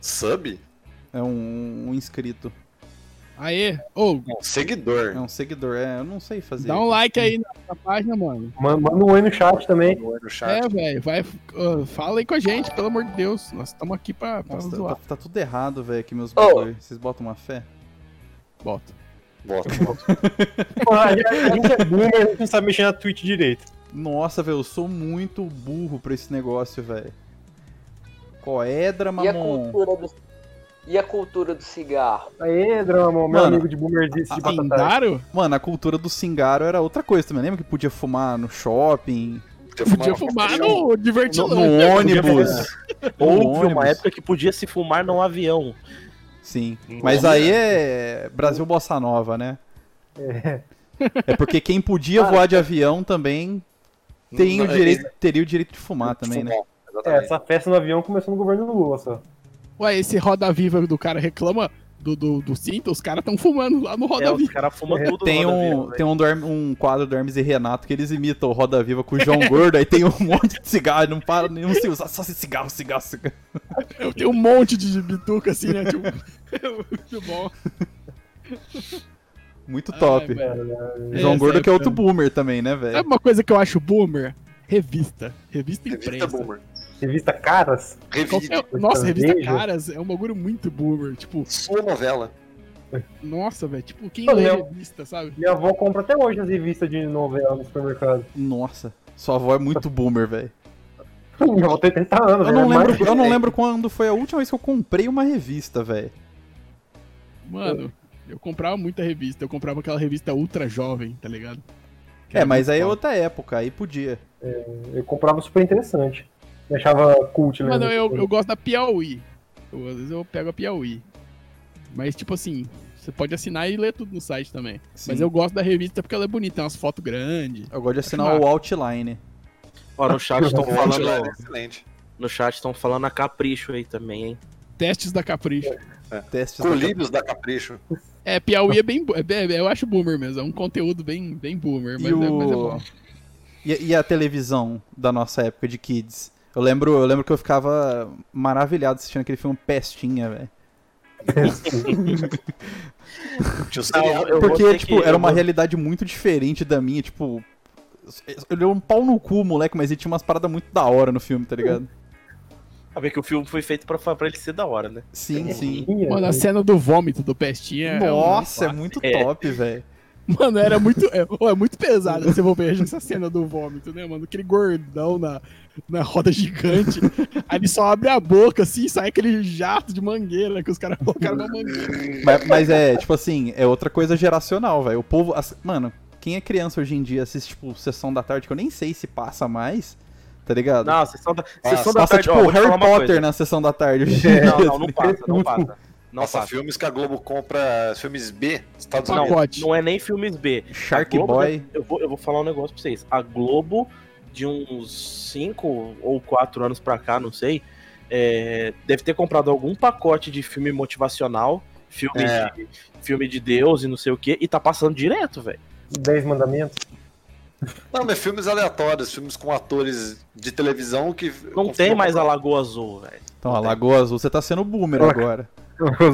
Sub?
É um, um inscrito.
Aê, ô,
Não,
É
seguidor.
um seguidor. É, eu não sei fazer.
dá um like aí na, na página, mano.
Ma- Manda um oi no chat também.
Não é no chat.
É, velho, vai, ah, fala aí com a gente, pelo amor de Deus. Nós estamos aqui pra, pra
Nossa, tá,
zoar.
tá tudo errado, velho, aqui meus
Ô.
bagulho. Vocês botam uma fé?
Bota.
Bota.
Mano, A gente a gente é boomer, a gente não sabe mexer na Twitch direito.
Nossa, velho, eu sou muito burro pra esse negócio, velho. Coedra,
E a
mamon.
cultura do, e a cultura do cigarro?
Aê, Drama, meu
Mano,
amigo de boomerzice de batata.
Pindaro?
Mano, a cultura do singaro era outra coisa também. Lembra que podia fumar no shopping,
Tá
Podia fumar no
no,
divertilão.
no ônibus?
Houve
ônibus.
uma época que podia se fumar num avião.
Sim. Mas aí é Brasil Bossa Nova, né? É. porque quem podia voar de avião também tem o
Não,
direito, teria o direito de é. fumar também, né?
É,
Exatamente.
essa festa no avião começou no governo Lula, só.
Ué, esse Roda Viva do cara reclama do, do, do cinto, os caras tão fumando lá no
É,
Roda
os
Viva.
caras fumam tudo.
Tem
roda
um,
viva,
tem um, do Herm- um quadro do Hermes e Renato que eles imitam o Roda Viva com o João Gordo, aí tem um monte de cigarro, não para nenhum se usar, só cigarro, cigarro, cigarro.
Eu tenho um monte de bituca assim, né? Tipo, muito bom.
Muito
Ai,
top.
É,
velho.
né?
João
Essa
Gordo que Ah, é outro
época.
boomer também, né, velho?
Sabe uma coisa que eu acho boomer? Revista. Revista
Revista
imprensa.
Boomer.
Revista Caras?
Revista.
Qualquer- é? Nossa, revista
Veja.
Caras é um bagulho muito boomer. Tipo,
Sua novela.
nossa, velho. Tipo, quem
Ô,
lê
Léo.
revista, sabe?
Minha avó compra até hoje as revistas de novela no supermercado.
Nossa, sua avó é muito boomer, velho.
Minha avó tem 30 anos,
Eu
né?
não
Mais
lembro, é.
que-
eu não lembro quando foi a última vez que eu comprei uma revista, velho.
Mano, eu comprava muita revista. Eu comprava aquela revista ultra jovem, tá ligado?
É, mas aí é
eu.
outra época, aí podia.
Eu comprava super interessante. Me achava cult, né?
Mano, eu, eu gosto da Piauí. Eu, às vezes eu pego a Piauí. Mas, tipo assim, você pode assinar e ler tudo no site também.
Sim.
Mas eu gosto da revista porque ela é bonita, tem umas fotos grandes.
Eu gosto de assinar o Outline. um-
Ó, no chat estão falando.
Excelente.
No chat estão falando a capricho aí também, hein?
Testes da Capricho.
Testes da-
Colírios da Capricho.
É, Piauí é bem. bo- É, bem- eu acho boomer mesmo. É um conteúdo bem, bem boomer, mas,
E,
é,
o-
mas é bom.
E- e a televisão da nossa época de kids? Eu lembro, eu lembro que eu ficava maravilhado assistindo aquele filme Pestinha, velho.
Tinha os
Não, eu vou
Porque,
ter
tipo,
que-
era
eu
uma
vou-
realidade muito diferente da minha, tipo. Eu dei um pau no cu, moleque, mas ele tinha umas paradas muito da hora no filme, tá ligado?
A ver que o filme foi feito pra, pra ele ser da hora, né?
Sim, sim.
Mano,
é assim,
a cena do vômito do Pestinha. é um-
Nossa, é muito
É.
top, velho.
Mano, era muito. É, ô, é muito pesado você bobeja essa cena do vômito, né, mano? Aquele gordão na, na roda gigante. Aí ele só abre a boca assim e sai aquele jato de mangueira que os caras colocaram na mangueira.
Mas, mas é, tipo assim, é outra coisa geracional, velho. O povo. as- mano, quem é criança hoje em dia assiste, tipo, sessão da tarde, que eu nem sei se passa mais, tá ligado?
Não, sessão da, sessão da
passa,
tarde,
tipo,
ó, vou te
Harry
falar uma
Potter
coisa. É,
na sessão da tarde. hoje em
Não,
dia.
não, não passa, não passa. Não
Nossa,
passa.
filmes que a Globo compra, filmes B, Estados
Não.
Unidos.
Pacote.
Não é nem filmes B.
Shark
A Globo,
Boy.
Eu vou, eu vou falar um negócio pra vocês. A Globo, de uns 5 ou 4 anos pra cá, não sei, é, deve ter comprado algum pacote de filme motivacional, filme,
É.
de, filme de Deus e não sei o que, e tá passando direto, velho.
assim-
10 mandamentos.
Não, mas filmes aleatórios, filmes com atores de televisão que.
Não tem mais a Lagoa Azul, velho.
Então, ó, Lagoa Azul, você tá sendo boomer
Olha.
agora.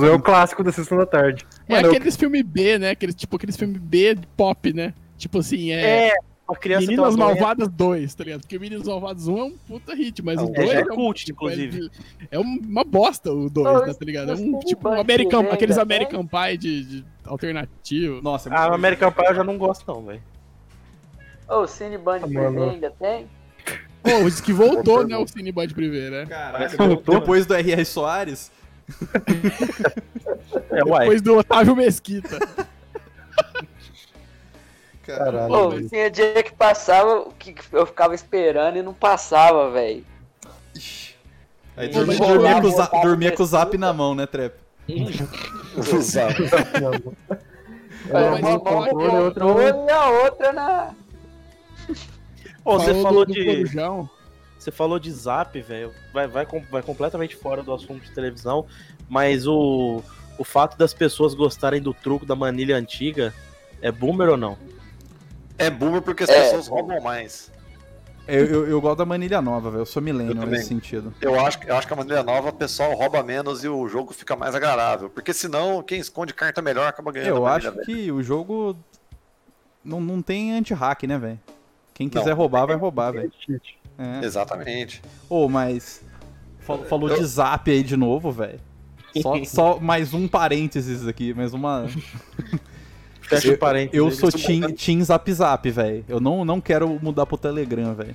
É o clássico da sessão da tarde.
É
Mano, eu-
aqueles filme B, né? Aqueles, tipo, aqueles filme B de pop, né? Tipo assim, é.
É, uma criança tem uma
Meninas
doença.
Malvadas 2, tá ligado? Porque Meninas Malvadas 1 é um puta hit, mas
É,
o
já
2
é
um-
cult,
tipo, é de-
inclusive.
É uma bosta o 2,
Não,
né, tá ligado? É
mas
um
tem
tipo
Bunch
um American,
Mega,
aqueles
né?
American Pie de, de alternativo.
Nossa, é muito
A
bom.
American Pie eu já não gosto, não, velho.
Ô, o Cine Band
Tá
Ah,
TV
mano.
ainda tem?
Pô, diz que voltou, né, o Cineband Privé, né?
Caraca,
voltou.
depois do R.R. Soares.
É, uai.
Depois do Otávio Mesquita.
Tá
Caralho.
Ô,
velho.
tinha dia que passava, que eu ficava esperando e não passava, velho.
Aí
Pô,
dormia,
mas
dormia
eu-
com, o za-
eu-
dormia com o zap na mão, né, Trep?
Exato.
Não,
É,
Era
Mas
um
uma mão
né?
controle,
aqui, ó,
outra-
olha a outra na.
Ô, você falou de.
Corujão.
Você falou de zap, velho. Vai, vai, com- vai completamente fora do assunto de televisão. Mas o, o fato das pessoas gostarem do truco da manilha antiga é boomer ou não?
É boomer porque as
É.
pessoas roubam mais.
Eu, eu, eu gosto da manilha nova, velho. Eu sou
Eu
milênio
também.
nesse sentido.
Eu acho, que- eu acho que a maneira nova, o pessoal rouba menos e o jogo fica mais agradável. Porque senão, quem esconde carta melhor acaba ganhando.
Eu
a maneira
acho
velha.
que o jogo não, não tem anti-hack, né, velho? Quem
Não.
quiser roubar, vai roubar, velho.
cheat.
É.
Exatamente.
Ô, mas. fal- Falou
Eu-
de zap aí de novo, velho. Só, só mais um parênteses aqui, mais uma.
Fecha o parênteses.
Eu
aí.
sou team, team Zap Zap, velho. Eu não, não quero mudar pro Telegram, velho.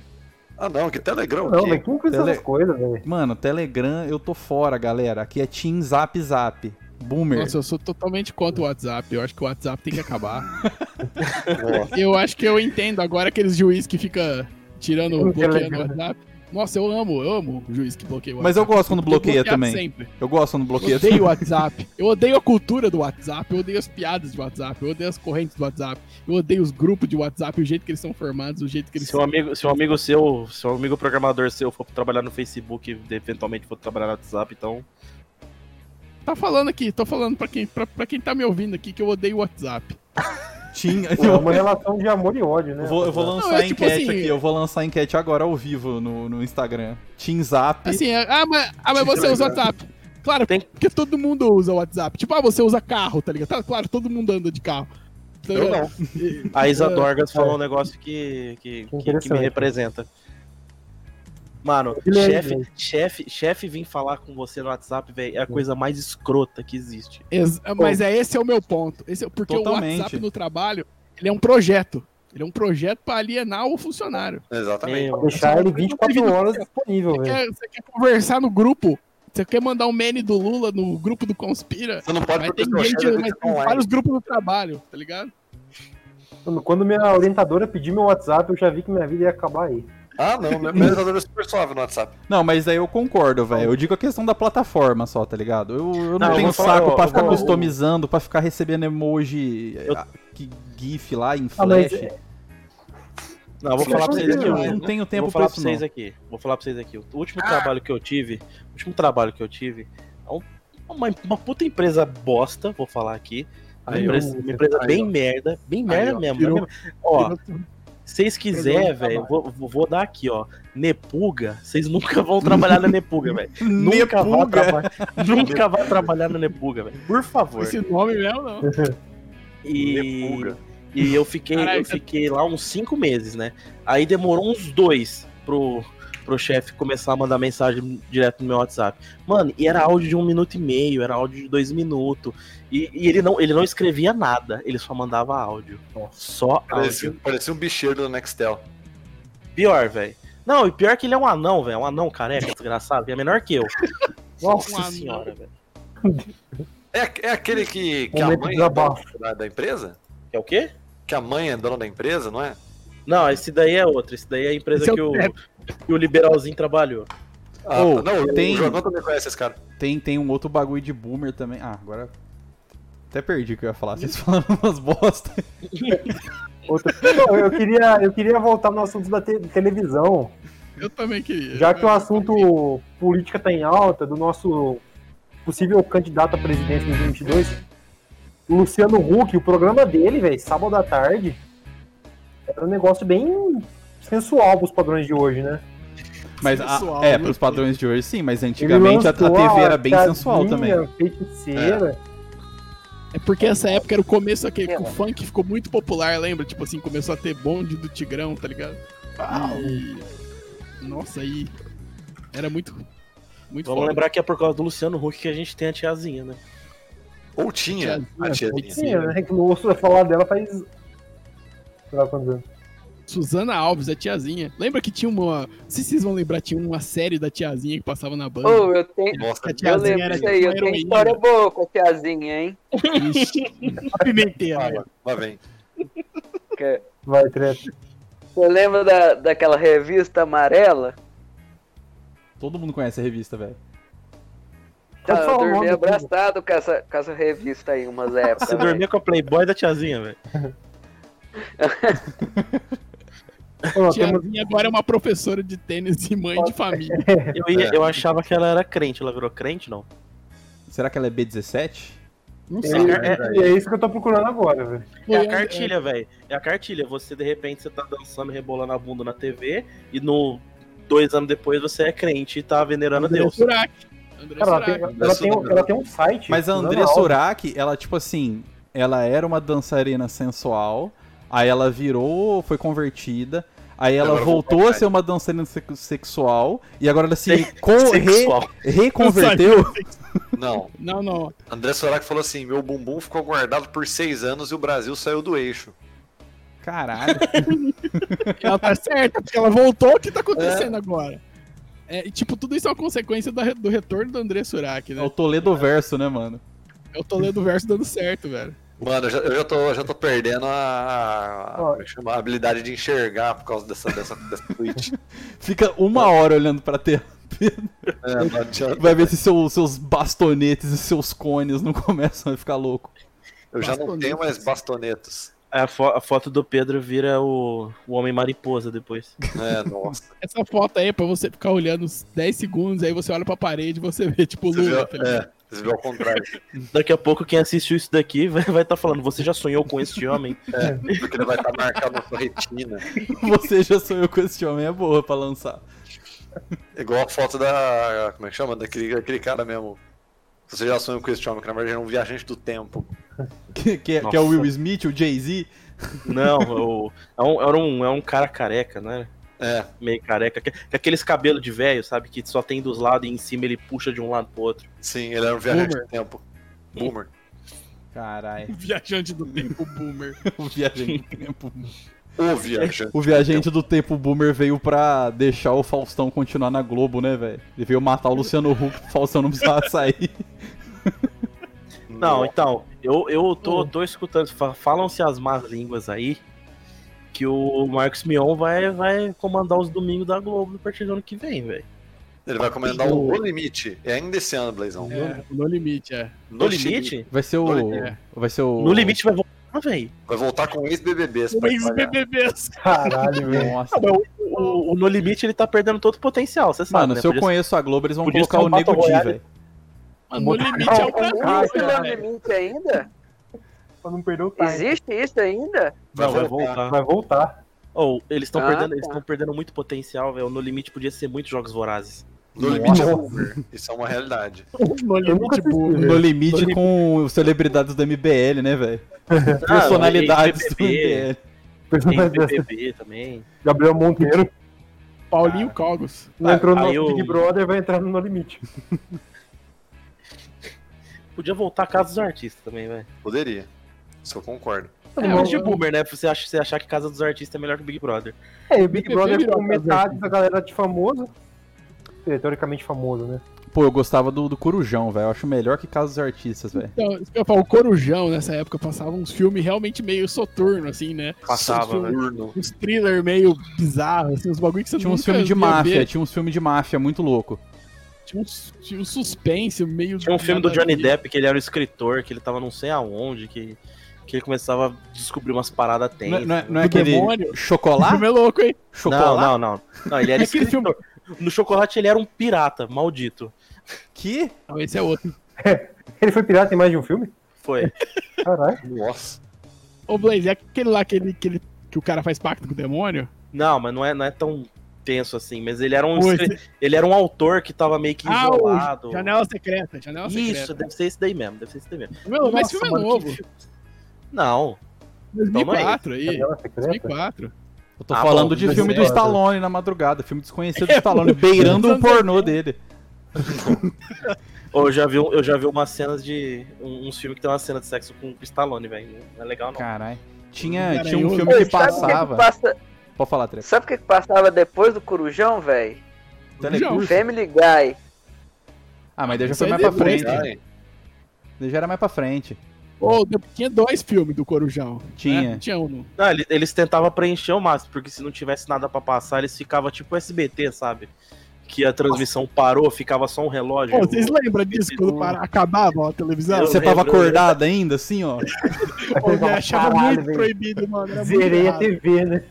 Ah, não, que Telegram.
Não,
que-
mas quem cuida
Tele-
essas coisas, velho?
Mano, Telegram eu tô fora, galera. Aqui é Team Zap Zap. Boomer.
Nossa, eu sou totalmente contra o WhatsApp. Eu acho que o WhatsApp tem que acabar.
Ó,
eu acho que eu entendo agora aqueles juízes que fica tirando,
Eu não quero
bloqueando o
ligar.
WhatsApp. Nossa, eu amo, eu amo o juiz que bloqueia o
Mas eu
WhatsApp.
gosto quando
Tem que
bloqueia
bloquear
também.
Sempre.
Eu gosto quando
Eu
bloqueia.
assim,
odeio o WhatsApp. Eu odeio a cultura do WhatsApp. Eu odeio as piadas do WhatsApp. Eu odeio as correntes do WhatsApp. Eu odeio os grupos de WhatsApp, o jeito que eles são formados, o jeito que eles
Se um amigo, se um amigo seu, se um amigo programador seu for trabalhar no Facebook e eventualmente for trabalhar no WhatsApp, então.
Tá falando aqui, tô falando pra quem, pra, pra quem tá me ouvindo aqui que eu odeio o WhatsApp.
Tinha.
É
Eu
uma relação de amor e ódio, né?
eu vou, eu vou
Não,
lançar
é
a
tipo
enquete
assim-
aqui. Eu vou lançar a enquete agora ao vivo no, no Instagram. Team Zap.
Assim, é- ah, mas, ah, mas você usa o WhatsApp. Claro,
Tem-
porque todo mundo usa o WhatsApp. Tipo, ah, você usa carro, tá ligado? Tá, claro, todo mundo anda de carro. Tá
Eu
ligado?
não.
A Isa Dorgas falou um negócio que, que, que- que me
Interessante.
representa. Mano,
Eu lembro,
chefe, chefe, chefe vir falar com você no WhatsApp, velho, é a coisa mais escrota que existe.
Ex- Mas é esse é o meu ponto. Esse é- porque
Totalmente.
o WhatsApp no trabalho, ele é um projeto. Ele é um projeto pra alienar o funcionário.
Exatamente.
um
Meu,
Deixar ele 24 horas
É
disponível,
Você
velho.
quer, você quer conversar no grupo? Você quer mandar um meme do Lula no grupo do Conspira?
Você não pode
Mas tem
porque o chefe é
gente,
tem
mas
que
tem
online.
vários grupos do trabalho, tá ligado?
Quando- Quando minha orientadora pediu meu WhatsApp, eu já vi que minha vida ia acabar aí.
Ah, não, meu meu orientador é super suave no WhatsApp.
Não, mas aí eu concordo, velho. Eu digo a questão da plataforma só, tá ligado? Eu, eu não,
Não, eu
tenho
vou falar-
saco
eu-
pra
eu
ficar
vou-
customizando, pra ficar recebendo emoji, ah, que GIF lá em
Ah,
flash.
mas-
Não, eu vou
Sim,
falar pra
mas
vocês
eu
aqui.
é
não
um
eu-
tenho
eu
tempo
vou
pra
falar
isso,
pra vocês
não.
aqui. Vou falar pra vocês aqui. O último trabalho que eu tive, o último trabalho que eu tive, é um- uma, uma puta empresa bosta, vou falar aqui. Uma
Aí, ó.
empresa, uma empresa
Aí,
bem merda, bem merda mesmo. né?
Tirou-
Ó,
Tirou-
vocês quiser,
tá
velho, vou, vou- vou dar aqui, ó. Nepuga, vocês nunca vão trabalhar na Nepuga, velho. Nunca vá trabalhar, nunca vá trabalhar na Nepuga, velho. Por favor.
Esse nome mesmo, não.
E
Nepuga.
e eu fiquei,
Caralho,
eu
você-
fiquei lá uns cinco meses, né? Aí demorou uns dois pro, pro chefe começar a mandar mensagem direto no meu WhatsApp. Mano, e era áudio de um minuto e meio, era áudio de dois minutos. E, e ele, não, ele não escrevia nada, ele só mandava áudio. Só
Parecia,
áudio.
parecia um bicheiro do Nextel.
Pior, velho. Não, e pior que ele é um anão, velho. Um anão careca, desgraçado. que é menor que eu.
Um
Nossa
anão.
senhora, velho.
É, é aquele que, que a
Momento
mãe é
desabafo.
dona da, da empresa?
É o quê?
Que a mãe é dona da empresa, não é?
Não, esse daí é outro. Esse daí é a empresa
Esse é o
que, o,
Pepe.
que o liberalzinho trabalhou.
Ah,
Ô,
tá. não,
tem-
o Jornal também conhece esse cara.
Tem, tem um outro bagulho de boomer também. Ah, agora. Até perdi o que eu ia falar. Vocês falaram umas bosta.
Outra- Não, eu, queria, eu queria voltar no assunto da te- televisão,
Eu também queria.
já que o assunto política tá em alta, do nosso possível candidato à presidência em 2022, o Luciano Huck, o programa dele, velho, sábado à tarde, era um negócio bem sensual pros padrões de hoje, né?
Mas a-
Sensual,
é,
né?
pros padrões de hoje sim, mas
Ele
antigamente a, a
lançou
TV era bem
piadinha
sensual também.
feiticeira.
É porque essa época era o começo aquele que o
É.
funk ficou muito popular, lembra? Tipo assim, começou a ter bonde do Tigrão, tá ligado? E... Nossa, aí. Era muito. Muito
Vamos
foda.
lembrar que é por causa do Luciano Huck que a gente tem a tiazinha, né?
Ou tinha a tiazinha.
Sim, né? Que eu ouço falar dela faz. sei lá quantos anos.
Suzana Alves, a tiazinha. Lembra que tinha uma. Não sei se vocês vão lembrar, tinha uma série da tiazinha que passava na banda.
Ô, eu tenho.
Nossa,
A
Eu
tiazinha
lembro
era
disso aí, eu
uma
tenho
heroína.
história boa com a tiazinha, hein?
Ixi, a pimenteira.
fala. Lá vem.
Que-
Vai, treta.
Você lembra da, daquela revista amarela?
Todo mundo conhece a revista, velho.
Pode
Tá, eu
falar o
dormi
nome,
abraçado com essa, com essa revista aí umas épocas. né?
Você
velho.
dormia com a Playboy da tiazinha, velho.
Ó,
A
temos-
tiazinha agora é uma professora de tênis e mãe de família.
Eu, ia- eu achava que ela era crente, ela virou crente, não?
Será que ela é B17?
Não
É,
sei.
é- é isso que eu tô procurando agora, velho.
Foi
É a
a-
cartilha, velho. É a cartilha. Você, de repente, você tá dançando, e rebolando a bunda na TV e no... Dois anos depois você é crente e tá venerando a
André
Deus.
Surak. André
Cara, ela tem,
Surak.
ela tem um, ela tem um site.
Mas a
Suzana
Andrea
Alves.
Surak, ela, tipo assim, ela era uma dançarina sensual, aí ela virou, foi convertida, aí ela
Agora
voltou
voltou,
a ser uma dançarina sex- sexual, e agora ela se
Sex-
con- re-
Sexual.
reconverteu.
Não.
Não, não.
André Sorak falou assim: meu bumbum ficou guardado por seis anos e o Brasil saiu do eixo.
Caralho.
Ela tá certa, porque ela voltou, o que tá acontecendo agora? É, e, tipo, tudo isso é uma consequência da- do retorno do André Surak,
É o
né?
Toledo verso, né, mano?
É o Toledo Verso dando certo, velho.
Mano, eu já, eu já tô, eu já tô perdendo a, a- como é que chama? a habilidade de enxergar por causa dessa, dessa, dessa Twitch.
Fica uma hora olhando pra tela.
É, não adianta.
Vai ver se seu- seus bastonetes e seus cones não começam a ficar louco.
Eu já não tenho mais bastonetos.
É, A, fo- a foto do Pedro vira o, o Homem Mariposa depois.
É, nossa.
Essa foto aí é pra você ficar olhando uns 10 segundos, aí você olha pra parede e você vê, tipo,
Você
Lula.
viu,
tá ligado?
é, você viu ao contrário.
Daqui a pouco quem assistiu isso daqui vai estar falando, você já sonhou com este homem?
É, porque ele vai estar marcado na sua retina.
Você já sonhou com esse homem, é boa pra lançar.
Igual a foto da. Como é que chama? Daquele aquele cara mesmo. Você já sonhou com esse homem, que na verdade é um viajante do tempo.
Que, que é- que é o
Nossa.
Will Smith, o Jay-Z.
Não, o- é, um, era um, é um cara careca, né?
É,
Meio careca. que- que Aqueles cabelos de velho, sabe? Que só tem dos lados e em cima ele puxa de um lado pro outro.
sim, ele era um viajante
Boomer.
do tempo. Boomer.
é.
Caralho,
Viajante do tempo, boomer.
o viajante do tempo.
O viajante.
O viajante do tempo boomer veio pra deixar o Faustão continuar na Globo, né, velho? Ele veio matar o Luciano Huck, o Faustão não precisava sair.
Não, então, eu, eu tô, tô escutando, fa- falam-se as más línguas aí, que o Marcos Mion vai, vai comandar os domingos da Globo a partir do ano que vem, velho.
Ele vai comandar o No Limite. É ainda esse ano, Blazão.
No, no limite, é.
No limite?
Vai ser o.
É.
Vai ser o.
No limite vai voltar, velho.
Vai voltar com o ex-BBB. esse pai vai pagar.
Ex-BBBs.
Caralho, velho.
Nossa.
O, o No Limite ele tá perdendo todo o potencial, você sabe.
Mano,
né?
se eu
Podia-
conheço a Globo, eles vão
podia
colocar
ser
o
um
Nego
Battle
Di,
Royale.
velho.
Mano, no limite é o
Não,
cara.
Existe
cara,
no
né?
limite ainda?
Pra não perder o time.
Existe isso ainda?
Vai
Não, vai
voltar.
voltar.
Vai voltar.
Ou eles estão
Ah,
perdendo, eles
tá.
estão perdendo muito potencial, velho. O No Limite podia ser muitos jogos vorazes.
No Limite é Boomer. Isso é uma realidade.
No limite,
assisti,
boomer.
No limite com celebridades do MBL, né, velho?
Ah,
Personalidades do MBL.
Tem
Personagem dessa.
BBB também.
assim, Gabriel Monteiro
Ah,
Paulinho Cogos.
não entrou no
aí
nosso
eu-
Big Brother, vai entrar no No Limite.
Podia voltar a casa dos artistas também, velho.
Poderia. Isso eu concordo.
É,
Tá
É, mas de
eu-
boomer, né? Você, acha, você achar que Casa dos Artistas é melhor que o Big Brother.
É, e o Big
BBB
Brother
virou
com
a casa
metade
dos
da galera de famoso. É, Teoricamente famoso, né?
Pô, eu gostava do, do Corujão, velho. Eu acho melhor que Casa dos Artistas, velho.
Então, isso que eu falo, o Corujão nessa época passava uns filmes realmente meio soturno, assim, né?
é
Passava,
um
né?
Soturno.
Uns thriller meio bizarros, assim, uns bagulho que você
Tinha uns
nunca
filmes de
ia
máfia,
ver.
tinha uns filmes de máfia muito louco.
Tinha uns- tinha um suspense meio.
Tinha um filme do
nada a
Johnny
ver.
Depp que ele era um escritor, que ele tava não sei aonde, que, que ele começava a descobrir umas paradas
Não,
tensas.
é- não é, não é
Do
aquele
demônio? O
chocolate?
filme é louco, hein?
Não,
Chocolate?
não, não. Não, ele era
É aquele
escritor. No chocolate ele era um pirata, maldito.
Que?
Não, esse é outro.
Ele foi pirata em mais de um filme?
Foi.
Caralho.
Nossa.
Ô, Blaze, é aquele lá que, ele, que, ele- que o cara faz pacto com o demônio?
Não, mas não é, não é tão tenso assim. Mas ele era um
Pô,
escri- ele era um autor que tava meio que
Ah, o
isolado.
Janela Secreta, Janela
Isso,
Secreta.
deve ser esse daí mesmo, deve ser esse daí mesmo.
Meu, mas esse filme é
mano, que
novo.
filme. Não.
2004 aí.
Janela secreta?
2004.
Eu tô
Ah,
falando
bom,
de
mas
filme
é-
do Stallone na madrugada, filme desconhecido do
É,
Stallone,
pô.
beirando o
Anos
pornô dele.
Ô, Eu já vi, um- eu já vi umas cenas de. um- uns filmes que tem uma cena de sexo com o Stallone, velho. Não é legal, não.
Caralho. Tinha,
Cara,
tinha um
eu-
filme que
Sabe o que que
passava.
passa-
Pode falar, Trep.
Sabe o que, que passava depois do Corujão, velho?
Corujão.
Family Guy.
Ah, mas daí já
Isso
foi
aí
mais
é
pra
depois,
frente.
né?
Ai,
Daí já era mais pra frente.
Ô, de- tinha dois filmes do Corujão. né?
Tinha.
Tinha um.
Não, ele- eles tentavam preencher o máximo, porque se não tivesse nada pra passar, eles ficavam tipo SBT, sabe? Que a transmissão parou, ficava só um relógio.
Ô, vocês lembram disso quando para- acabava a televisão?
Eu
Você tava
né?
lembro,
acordado ainda, assim, ó?
Pô, eu achava
Caralho,
muito
velho.
proibido, mano. Era muito
Zerei a
errado.
TV, né?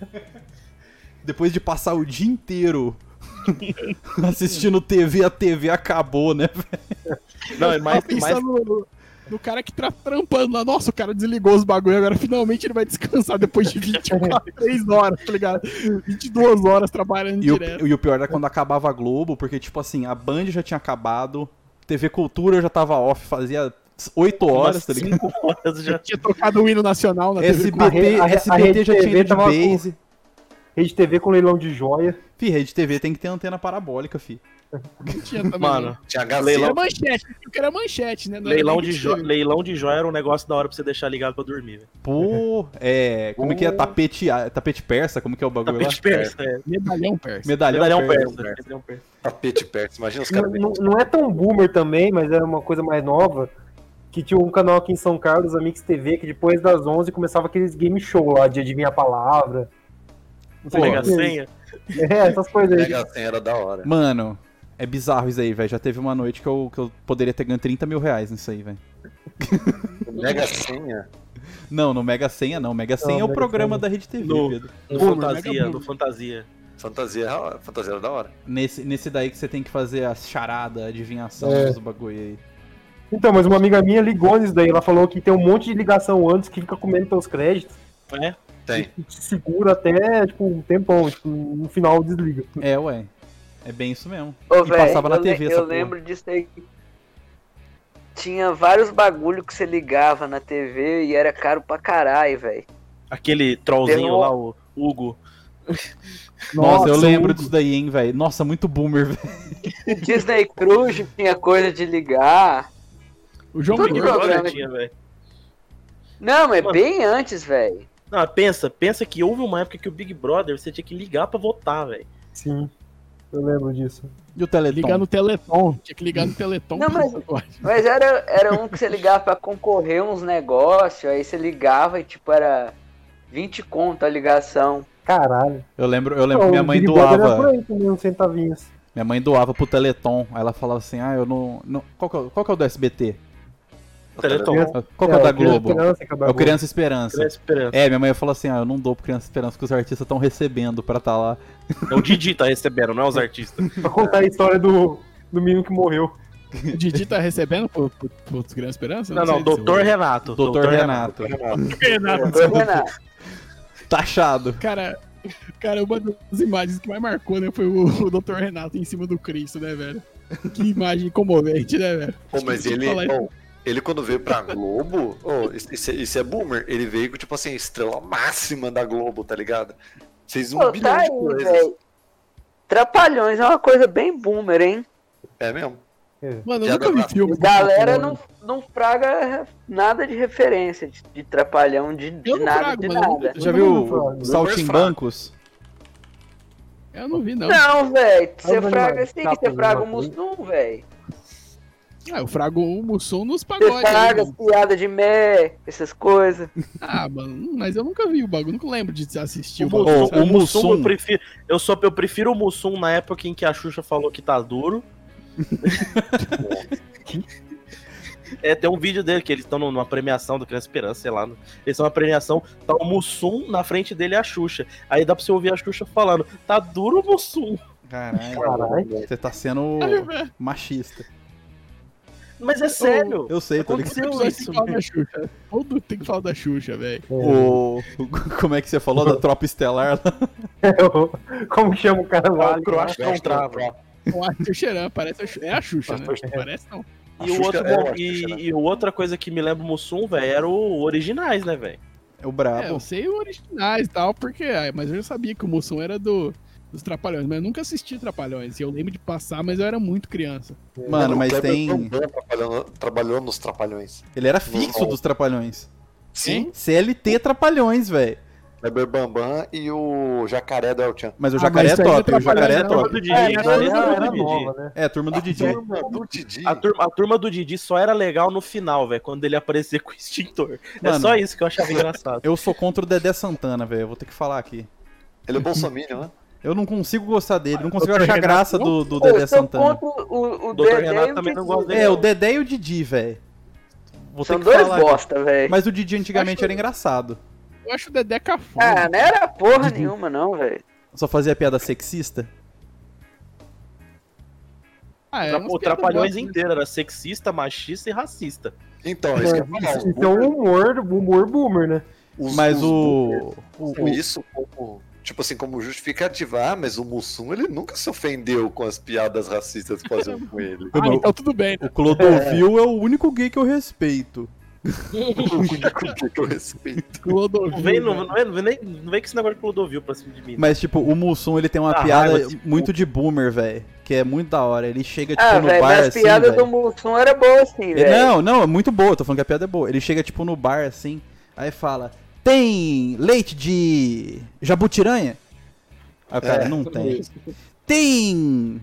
Depois de passar o dia inteiro assistindo TV, a TV acabou, né?
Não, e mais,
Tava
mais,
pensando no, no cara que tá trampando lá. Nossa, o cara desligou os bagulho. Agora finalmente ele vai descansar depois de 24, 3 horas, tá ligado? 22 horas trabalhando
E o,
direto.
e o pior era quando acabava a Globo, porque, tipo assim, a Band já tinha acabado, TV Cultura eu já tava off, fazia 8 horas,
umas
assim?
tá ligado?
cinco horas já.
Tinha tocado o hino nacional na TV.
SBT,
Cultura.
A Re- a
SBT já
Rede
tinha
TV
ido de
tava com-
base.
Rede TV com leilão de joia.
Fih, Rede TV tem que ter antena parabólica, fi.
Não tinha também. né?
Mano,
Tinha HC.
Era
leilão-
manchete, porque era manchete, né? Não era
leilão
nem
de,
que
jo...
tinha.
leilão de joia era um negócio da hora pra você deixar ligado pra dormir, velho.
Pô, é. Como é que é? Tapete, ah, tapete persa? Como que é o bagulho
Tapete
lá?
persa, é.
Medalhão persa.
Medalhão,
Medalhão
persa.
persa. medalhão persa.
Tapete perto. Imagina os
Não,
caras.
não- não é tão boomer também, mas é uma coisa mais nova. que tinha um canal aqui em São Carlos, a Mix TV, que depois das 11 começava aqueles game show lá, de adivinhar a palavra. Não sei
Pega a
o que.
senha.
É, essas coisas aí.
Mega Senha era da hora.
Mano, é bizarro isso aí, velho. Já teve uma noite que eu, que eu poderia ter ganho 30 mil reais nisso aí, velho.
Mega Senha?
Não, no Mega Senha não. Mega Senha é o
Mega
programa
Senha.
da Rede TV,
No-
Pedro.
No
Boomer, mega
um fantasia, no
boomer.
fantasia.
Fantasia, ah, fantasia era da hora.
Nesse, nesse daí que você tem que fazer a charada, a adivinhação
É.
dos bagulho aí.
Então, mas uma amiga minha ligou nisso daí, ela falou que tem um monte de ligação antes que fica comendo teus créditos
É?
Tem.
e te segura até, tipo, um tempão, tipo, no final desliga.
É, ué. É bem isso mesmo.
Ô,
E
véi,
passava na
eu le-
TV essa
Eu
porra.
lembro disso aí. Tinha vários bagulho que você ligava na TV e era caro pra caralho, velho.
Aquele trollzinho
Tem um-
lá, o Hugo.
Nossa, eu
Nossa,
lembro
Hugo.
disso daí, hein, velho. Nossa, muito boomer, velho.
Disney Cruise tinha coisa de ligar.
O João
Todo
Miguel.
programa
Agora
que-
tinha, velho.
Não, mas
Mano.
bem antes, velho.
Não, pensa, pensa que houve uma época que o Big Brother você tinha que ligar pra votar, velho.
Sim, eu lembro disso.
E o Teleton?
Ligar no Teleton. Tinha que ligar no Teleton.
Não, mas-
Pode.
Mas era, era um que você ligava pra concorrer uns negócios, aí você ligava e tipo era 20 conto a ligação.
Caralho.
Eu lembro, eu lembro
Não,
que minha
o
mãe
Big Brother era por
doava.
aí também, uns centavinhos.
Minha mãe doava pro Teleton. Aí ela falava assim, ah, eu não. não- qual, que é, o- qual que é o do SBT?
Teleton.
Criança-
Qual que é o da
o Criança
Globo?
Esperança, que é o da
É o
Globo.
Criança Esperança.
Criança Esperança.
É, minha mãe falou assim, ah, eu não dou pro Criança Esperança que os artistas estão recebendo pra tá lá.
É o Didi tá recebendo, não é os artistas.
Pra contar a história do, do menino que morreu.
O Didi tá recebendo pro, pro, pro Criança Esperança?
Não, não,
sei se eu-
Doutor Renato.
Doutor Renato. Tá
Renato.
Doutor Renato.
Taxado.
Cara, cara, uma das imagens que mais marcou, né, foi o, o Dr. Renato em cima do Cristo, né, velho? Que imagem comovente, né, velho?
Pô, mas ele, é
Falar isso.
pô, ele quando veio pra Globo, ô, isso, isso é- isso é boomer, ele veio com, tipo assim, a estrela máxima da Globo, tá ligado? Fez um
Pô,
bilhão
tá
de
aí,
coisas.
velho. Trapalhões é uma coisa bem boomer, hein?
É mesmo.
Mano, eu
Já
nunca vi
dá-
filme. do
Galera
é um Trapalhão.
não, não fraga nada de referência, de, de trapalhão, de, de
Eu não
nada,
frago,
de
mano, eu
nada.
nunca-
Já
não
viu
vou falar, não.
Saltimbancos?
Eu não vi, não.
Não, velho. Você
Não,
fraga
não,
assim,
não,
você
não,
fraga o
não.
Mussum, velho.
Ah, eu frago o Mussum nos pagodes. né,
Você
aí,
fraga as
mano.
piadas de mé, essas coisas.
Ah, mano, mas eu nunca vi o bagulho, nunca lembro de assistir
O,
o
Mussum,
bagulho.
o
o Mussum,
Mussum.
eu prefiro. Eu, só, eu prefiro o Mussum na época em que a Xuxa falou que tá duro. é, tem um vídeo dele que eles estão numa premiação do Criança Esperança, sei lá. Eles estão numa premiação, tá o Mussum na frente dele e a Xuxa. Aí dá pra você ouvir a Xuxa falando: tá duro o Mussum.
Caralho.
Caralho.
Você tá sendo
Ai, velho,
machista.
Mas é sério.
Eu sei, tá ligado?
todo
aconteceu
episódio tem
isso,
que falar da Xuxa. Todo tem que falar da Xuxa, velho.
O... o- Como é que você falou da tropa estelar lá?
É, o- Como chama o cara lá?
o
é
Croácia
um
não trava.
O Arthur Xeran, parece a Xuxa. É a Xuxa, né? Parece não.
A
E, o
Xuxa
outro,
é uma
e,
Xuxa, né?
e outra coisa que me lembra o Mussum, velho, era o Originais, né, velho?
É o
É, eu
brabo.
sei o originais e tal, porque. ah, Mas eu já sabia que o Mussum era do, dos Trapalhões. Mas eu nunca assisti Trapalhões. e Eu lembro de passar, mas eu era muito criança.
Mano, mas
O Kleber
tem.
Bambam trabalhou, trabalhou nos Trapalhões.
Ele era fixo dos Trapalhões.
Sim.
CLT Trapalhões, velho.
Kleber Bambam e o Jacaré do Elchan.
Mas o
Ah,
jacaré
mas isso
é
aí não é
top, o jacaré é
Trapalhões, não.
top.
Didi,
É,
né? Era
era, era,
do Didi.
nova, né?
É, turma do Didi.
Turma do Didi.
A turma, a turma do Didi só era legal no final, velho, quando ele aparecer com o extintor.
Mano.
É só isso que eu achava engraçado.
Eu sou contra o Dedé Santana, velho. eu Vou ter que falar aqui.
Ele é bolsominion, né?
Eu não consigo gostar dele, não consigo
Dr.
achar
Renato,
graça do, do
Pô,
Dedé
eu sou
Santana.
contra o, o
Doutor
Dedé
Renato
e o
também não
Didi.
gosta dele.
É, o Dedé e o Didi, velho. Vou ter
São
que
dois
falar. aqui.
bosta, velho.
Mas o Didi antigamente era engraçado.
Eu acho o Dedé cafona.
Ah, não era porra nenhuma, não, velho.
Só fazia piada sexista.
Ah, é
Tra-
umas
o
piadas
Trapalhões
bosta, né?
inteiro era sexista, machista e racista.
Então, isso que eu ia falar. os
Isso é um humor, humor boomer, né?
Os-
Mas
os
o.
boomers usam Isso como, tipo assim, como justificativa. Ah, mas o Mussum, ele nunca se ofendeu com as piadas racistas que faziam com ele.
Ah, então tudo bem.
O Clodovil é. o único gay que eu respeito.
Com que que eu respeito?
Clodovil,
Não vem,
velho.
não, não, vem, não, vem, não vem com esse negócio de Clodovil pra cima de mim.
Mas, tipo, o Mussum, ele tem uma
Dá
piada
raiva desse
muito de boomer, velho. Que é muito da hora. Ele chega, tipo,
Ah,
no
velho,
bar
mas as
assim,
piadas
véi.
do Mussum era boa assim,
Ele-
velho.
Não, não, é muito boa, tô falando que a piada é boa. Ele chega, tipo, no bar, assim, aí fala, tem leite de jabutiranha? Aí o cara, não tem. Tem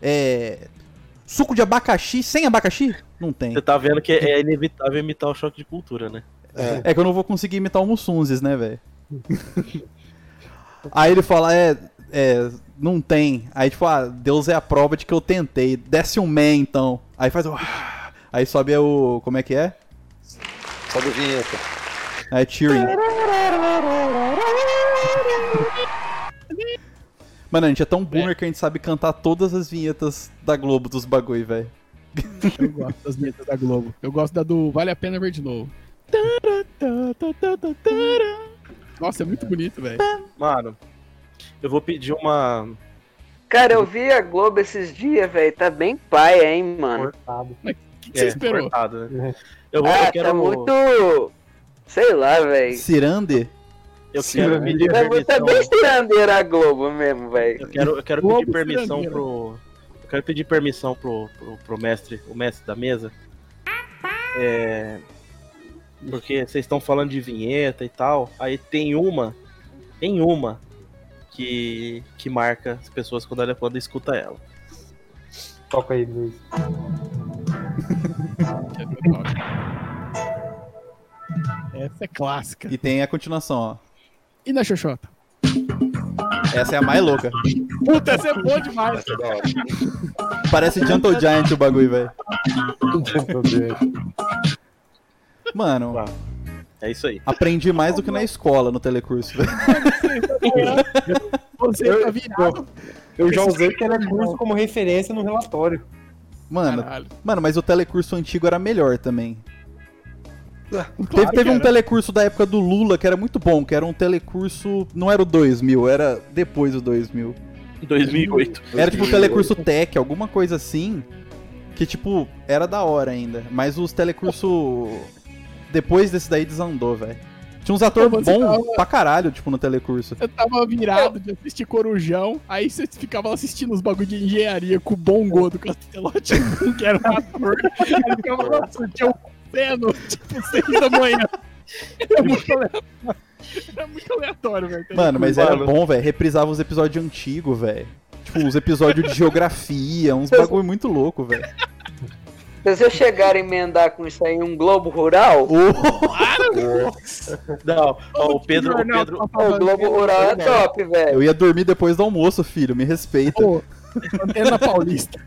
é, Suco de abacaxi sem abacaxi? Não tem.
Você tá vendo que é inevitável imitar o choque de cultura, né?
É que eu não vou conseguir imitar o Mussunzes, né, velho? Aí ele fala, é, é, não tem. Aí tipo, ah, Deus é a prova de que eu tentei. Desce um man, então. Aí faz o... "Ah." Aí sobe o... como é que é?
Sobe a vinheta.
É cheering. Mano, a gente é tão boomer que a gente sabe cantar todas as vinhetas da Globo dos bagulho, velho.
Eu gosto das vinhetas da Globo. Eu gosto da do Vale a Pena Ver de Novo. Nossa, é muito bonito, velho.
Mano, eu vou pedir uma.
Cara, eu vi a Globo esses dias, velho. Tá bem paia, hein, mano.
Cortado.
O que, que você
é,
esperou?
cortado, né? Eu, vou,
Ah,
eu quero.
tá muito. Sei lá, velho.
Cirande?
Eu quero então. pedir
Tá, tá
permissão.
bem estrangeira a Globo mesmo, velho.
Eu quero, eu quero
Globo
pedir permissão
Cirandeira.
pro. Eu quero pedir permissão pro, pro, pro mestre, o mestre da mesa. É. Porque vocês estão falando de vinheta e tal. Aí tem uma. Tem uma que. que marca as pessoas quando ela quando escuta ela.
Toca aí, Luiz.
Essa é clássica.
E tem a continuação, ó.
E na Xoxota?
Essa é a mais louca.
Puta, essa é boa demais.
Essa é da hora.
Parece Gentle Giant o bagulho, velho. Mano,
É isso aí.
aprendi mais do que na escola no telecurso, velho.
Você tá virado.
Eu já usei telecurso como referência no relatório.
Mano,
Caralho.
mano, mas o telecurso antigo era melhor também.
Claro
teve teve
que
um
era.
telecurso da época do Lula que era muito bom, que era um telecurso. Não era o 2000, era depois do 2000.
2008.
Era tipo um telecurso tech, alguma coisa assim. Que tipo, era da hora ainda. Mas os telecurso. Depois desse daí desandou, velho. Tinha uns atores
Pô, você
bons
tava-
pra caralho, tipo, no telecurso.
Eu tava virado de assistir Corujão, aí você ficava lá assistindo os bagulho de engenharia com o Bongo do Castelote, que era um ator. Aí ficava lá assistindo o Peno, tipo, seis da manhã. Era muito aleatório. Era muito aleatório, velho. tá
Mano, mas era bom, velho. Reprisava os episódios antigos, velho. Tipo, os episódios de geografia, uns bagulho muito louco, velho.
Se você chegar a emendar com isso aí um Globo Rural,
Não, ó, o Pedro, o Pedro,
o Globo Rural é
um
top, velho.
Eu ia dormir depois do almoço, filho. Me respeita.
Pô, Antena Paulista.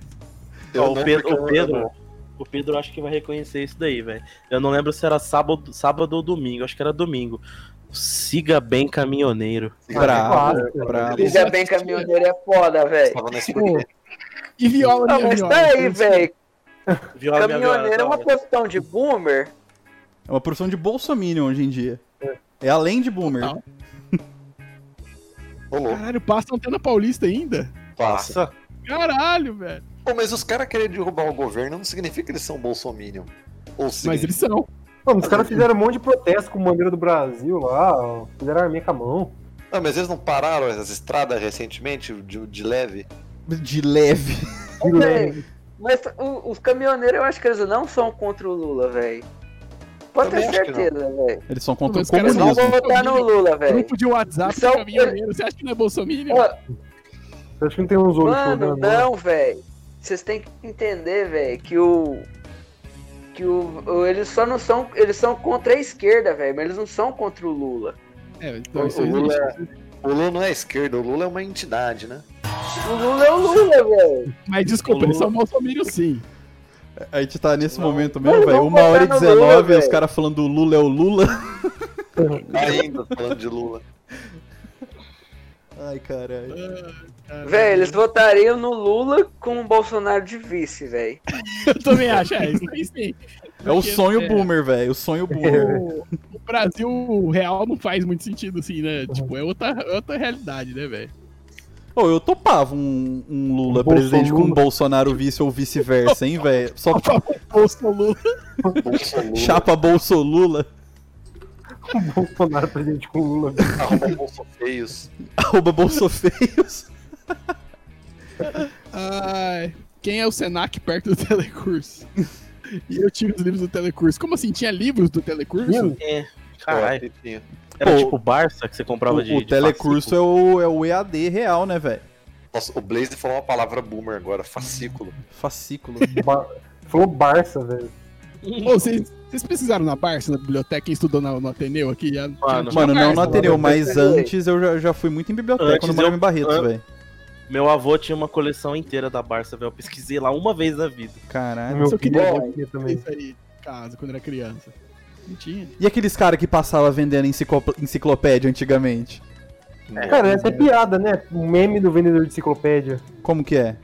Eu
Ó,
não,
o Pedro,
porque
o
eu-
Pedro, o Pedro acho que vai reconhecer isso daí, velho. Eu não lembro se era sábado, sábado ou domingo, acho que era domingo. Siga bem caminhoneiro. um
bravo,
Clássico.
bravo.
Liga bem caminhoneiro é foda, velho.
Tava na
Pô,
escuridão.
e viola,
Não,
minha
mas
viola.
tá aí,
um
velho.
Viola tá minha
Caminhoneiro é uma
viola.
profissão de boomer.
É uma profissão de bolsominion hoje em dia. É além de boomer.
Total.
Ô, louco,
Caralho, passa a Antena Paulista ainda?
passa.
Nossa,
Caralho, velho.
Pô, mas os caras querem derrubar o governo não significa que eles são bolsominion. Ou
Mas
significa...
eles são.
Mano, os caras fizeram um monte de protesto com bandeira do Brasil lá, ó, fizeram arminha com a mão.
Ah, mas eles não pararam essas estradas recentemente de, de leve?
De leve.
né?
Véi, Mas o- os caminhoneiros, eu acho que eles não são contra o Lula, velho. Pode
Também
ter
acho que não.
certeza, velho.
Eles são contra o
Mas os caras
Eles não
comunismo.
vão votar no Lula, velho.
Grupo de WhatsApp
São-
de caminhoneiro. Você acha que não é Bolsonaro?
Ó,
Você acha que não tem uns outros
Mano,
jogando, né?
não, velho. Vocês têm que entender, velho, que o. Que o, o- eles só não são. Eles são contra a esquerda, velho. Mas eles não são contra o Lula.
É, então
O-
isso
o
aí não
Lula
existe.
O Lula não é esquerda, o Lula é uma entidade, né?
O Lula é o Lula, velho.
Mas desculpa, eles são Bolsonaro sim.
A gente tá nesse momento
Mas
mesmo, velho.
vão
Uma hora e
votar no Lula,
dezenove, os
velho.
caras falando o Lula é o Lula.
Ainda falando de Lula.
Ai,
É,
caralho.
Velho, eles votariam no Lula com o Bolsonaro de vice, velho.
Eu também acho, é isso aí sim.
É o
Porque,
sonho
é,
boomer, velho. O sonho boomer.
O, o Brasil real não faz muito sentido assim, né?
Uhum.
Tipo, é outra, é outra realidade, né, velho?
Ô, eu topava um, um Lula
Um
presidente com um
Bolsonaro.
Bolsonaro vice ou vice-versa, hein, velho? Só
Bolsonaro.
Bolsonaro.
chapa Bolsolula,
O Bolsonaro presidente com o Lula. velho.
Arroba bolsofeios.
arroba Bolsofeios.
Ai, quem é o Senac perto do Telecurso? E eu tive os livros do Telecurso. Como assim? Tinha livros do
Uhum.
Telecurso?
é. Caralho,
Caralho.
era
Pô,
tipo Barça que você comprava de.
O, o telecurso é o, é o EAD real, né, velho?
Nossa, o Blaze falou uma palavra boomer agora, fascículo.
Fascículo.
Ba- Falou Barça, velho.
Ô, vocês vocês pesquisaram na Barça, na biblioteca, quem estudou na, no Ateneu aqui? Já-
Mano,
Mano, não no
Barça,
Ateneu,
mano, eu
mas
pensei.
antes eu já, já fui muito em biblioteca
Antes
quando eu morava
eu-
em Barretos,
an-
velho.
Meu avô tinha uma coleção inteira da Barça, velho. Eu pesquisei lá uma vez na vida.
Caralho.
Meu
eu
filho
queria-
eu queria também.
isso aí em casa, quando era criança. Não tinha.
E aqueles caras que passavam vendendo enciclop- enciclopédia antigamente?
Cara, é até piada, né? Um meme do vendedor de enciclopédia.
Como que é?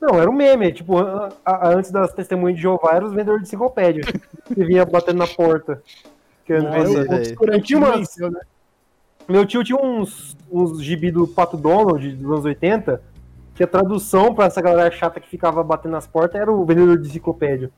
Não, era um meme, é tipo, a- a- antes das testemunhas de Jeová, eram os vendedores de enciclopédia. que vinha batendo na porta. querendo
Nossa,
vender.
velho.
Obscurante
Mano,
venceu, né?
Meu tio tinha uns, uns gibi do Pato Donald dos anos 80, que a tradução pra essa galera chata que ficava batendo nas portas era o vendedor de enciclopédia.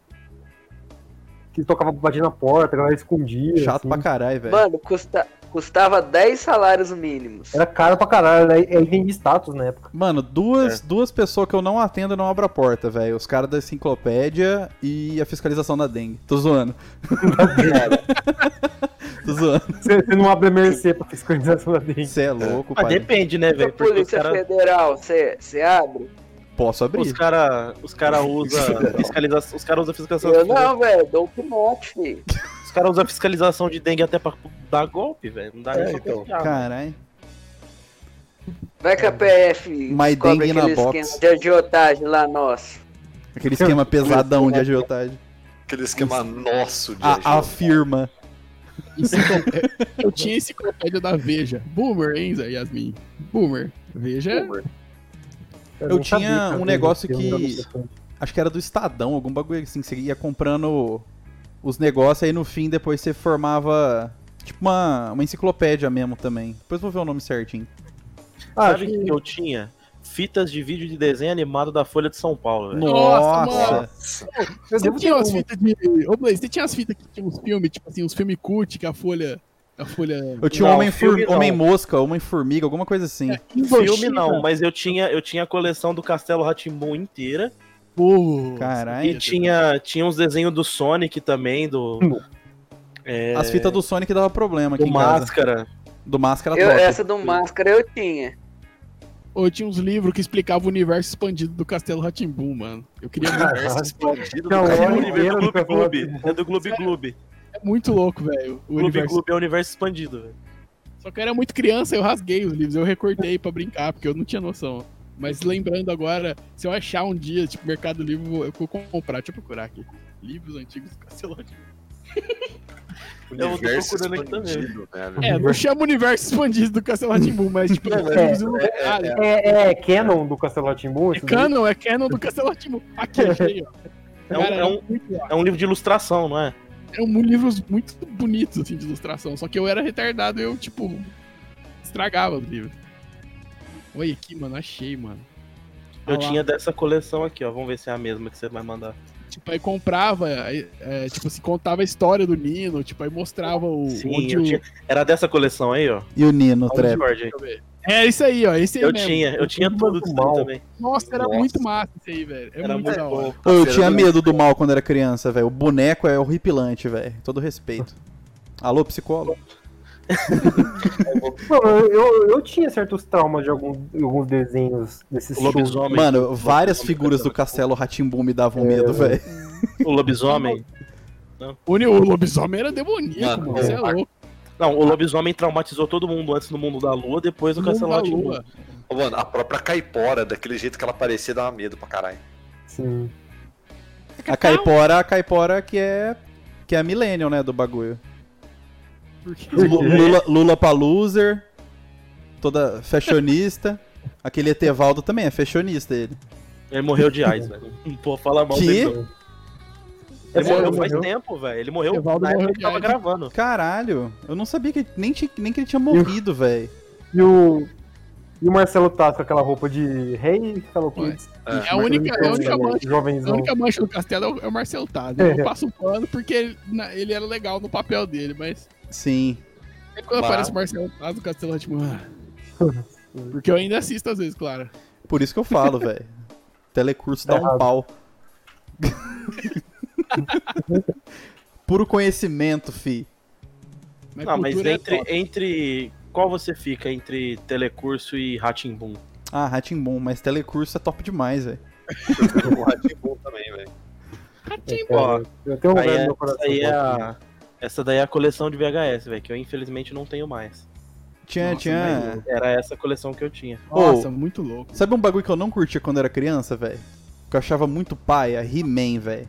Que tocava batendo na porta, a galera escondia.
Chato
assim.
pra caralho, velho.
Mano, custa- custava 10 salários mínimos.
Era caro pra caralho, né? aí aí vendia status na época.
Mano, duas, duas pessoas que eu não atendo não abro a porta, velho. Os caras da enciclopédia e a fiscalização da dengue. Tô zoando. Tô zoando.
Você você não abre a mercê pra fiscalização lá dentro.
Você é louco,
Mas
pai.
depende, né,
Se a
velho? Porque os
Polícia
caras
Federal, você abre?
Posso
os
abrir.
cara, os cara usa fiscalização. Os caras usam fiscalização.
Eu não, velho, dou um pinote, filho.
Os caras usam fiscalização de dengue até pra dar golpe, velho. Não dá
É,
nem pra
então.
confiar.
Caralho.
Vai que a PF
Mas
descobre
dengue na
aquele
box.
esquema de agiotagem lá nosso.
Aquele esquema pesadão
né?
de agiotagem. Ah,
Aquele esquema nosso de.
A, a firma.
Enciclopé- Eu tinha enciclopédia da Veja. Boomer, hein, Zé Yasmin? Boomer. Veja.
Eu,
Eu
não sabia
tinha
que
um
era
negócio
vendedor de
que-
enciclopédia.
Acho que era do Estadão, algum bagulho assim, que você ia comprando os negócios, aí no fim depois você formava tipo uma, uma enciclopédia mesmo também. Depois vou ver o nome certinho.
Ah, acho
Sabe o que eu tinha? Fitas de vídeo de desenho animado da Folha de São Paulo, velho.
Nossa, mano.
eu
Você
devo ter
tinha um umas
uma.
fitas de. Ô, Blaze, você tinha umas fitas que tinha uns filmes, tipo assim, uns filmes cult que a Folha. A Folha.
Eu tinha um
Não,
homem,
filme
fur-
não.
homem mosca, homem formiga, alguma coisa assim.
Filme não, mas eu tinha, eu tinha a coleção do Castelo Ratimbu inteira.
Pô,
Caralho.
E tinha, tinha uns desenhos do Sonic também, do, é,
As fitas do Sonic dava problema aqui
do
em casa.
Máscara.
Do máscara
Eu-
Tá top.
essa do máscara eu tinha.
Ou tinha uns livros que explicavam o universo expandido do Castelo Ratimbum, mano. Eu queria muito.
Universo expandido né?
Não,
do
É
olha,
cara.
do
inteiro
Gloob
nunca falou
Gloob. É do Gloob Gloob.
É muito louco, velho. O
Gloob
universo.
Gloob é o universo expandido, velho.
Só que eu era muito criança, eu rasguei os livros, eu recortei pra brincar, porque eu não tinha noção. Mas lembrando agora, se eu achar um dia, tipo, Mercado Livre, eu vou- eu vou comprar. Deixa eu procurar aqui. Livros antigos do Castelo Rá-Tim-Bum.
Eu tô
Universo
procurando aqui também.
expandido, velho.
É,
Uhum.
não chama universo expandido do Castelo Ratimbu, mas tipo, é, livros ilustrados. É,
É, é Canon do Castelo Timbu?
canon, é canon do Castelo Ratimbu. Aqui, achei, ó.
É um-
Cara,
é um-
muito-
É um livro de ilustração, não é?
eram mu- livros muito bonitos, assim, de ilustração. Só que eu era retardado, eu, tipo, estragava os livros. Olha aqui, mano, achei, mano.
Eu
Ah lá.
tinha dessa coleção aqui, ó. Vamos ver se é a mesma que você vai mandar.
Tipo, aí comprava, aí, é, tipo, se contava a história do Nino, tipo, aí mostrava o.
Sim,
onde
eu
o-
tinha. Era dessa coleção aí, ó.
E o Nino,
Olha o
trap.
Jorge aí.
É isso aí, ó. Esse aí
Eu
mesmo.
tinha, eu tinha tudo disso aí
mal.
também.
Nossa, era
Nossa.
muito massa isso aí, velho. É
Era
muito,
muito
da hora.
bom.
Ô, eu tinha medo do mal quando era criança, velho. O boneco é horripilante, velho. Todo respeito. Alô, psicólogo?
Não, eu, eu, eu tinha certos traumas de algum, alguns desenhos desses shows.
Lobisomem.
Mano, várias figuras do Castelo Ratimbu me davam medo, velho.
O lobisomem.
O, Ni- o lobisomem era demoníaco,
Mano,
mano. Você é
o-
louco.
Não, o lobisomem traumatizou todo mundo antes no mundo da lua, depois no Castelo
Mundo
Rá-Tim-Bum.
da Lua.
Ô, Mano, a própria caipora, daquele jeito que ela parecia, dava medo pra caralho.
Sim.
A caipora, a caipora que é que é a millennial, né, do bagulho.
Porque...
Lu- Lula, Lula pra loser, toda fashionista. Aquele Etevaldo também é fashionista, ele.
Ele morreu de AIDS, velho. Pô, fala mal
Que?
dele. não. Ele
É,
morreu
ele
faz
morreu.
tempo, velho. Ele morreu
Evaldo
na época
morreu
que
de
tava
AIDS.
gravando.
Caralho, eu não sabia que nem, tinha- nem que ele tinha morrido, velho.
E o, e o Marcelo Tato com aquela roupa de rei, Hello Kids.
É a única, é a única mancha. A
né, Jovenzão.
única mancha do Castelo é o- é o Marcelo Taz.
É.
Eu passo um pano porque ele, na- ele era legal no papel dele, mas
Sim.
é quando
Mas-
aparece o Marcelo Taz, o Castelo é tipo. ah. Porque eu ainda assisto às vezes, claro.
Por isso que eu falo, velho. Telecurso dá
Tá
um
errado.
pau. Puro conhecimento, fi.
Mas
Não, Ah, mas
cultura é
entre,
top.
entre. Qual você fica entre Telecurso e Ratimbum?
Ah, Ratimbom, mas telecurso é top demais, velho.
O Ratimbun também, velho.
Ó,
É, Eu tenho um
aí
lugar
é-
no meu coração.
essa, aí é a, essa daí é a coleção de VHS, velho, que eu infelizmente não tenho mais.
Tchan,
Nossa,
tchan.
Era essa coleção que eu tinha.
Nossa, muito louco.
Sabe um bagulho que eu não curtia quando era criança, velho? Que eu achava muito paia? He-Man, velho.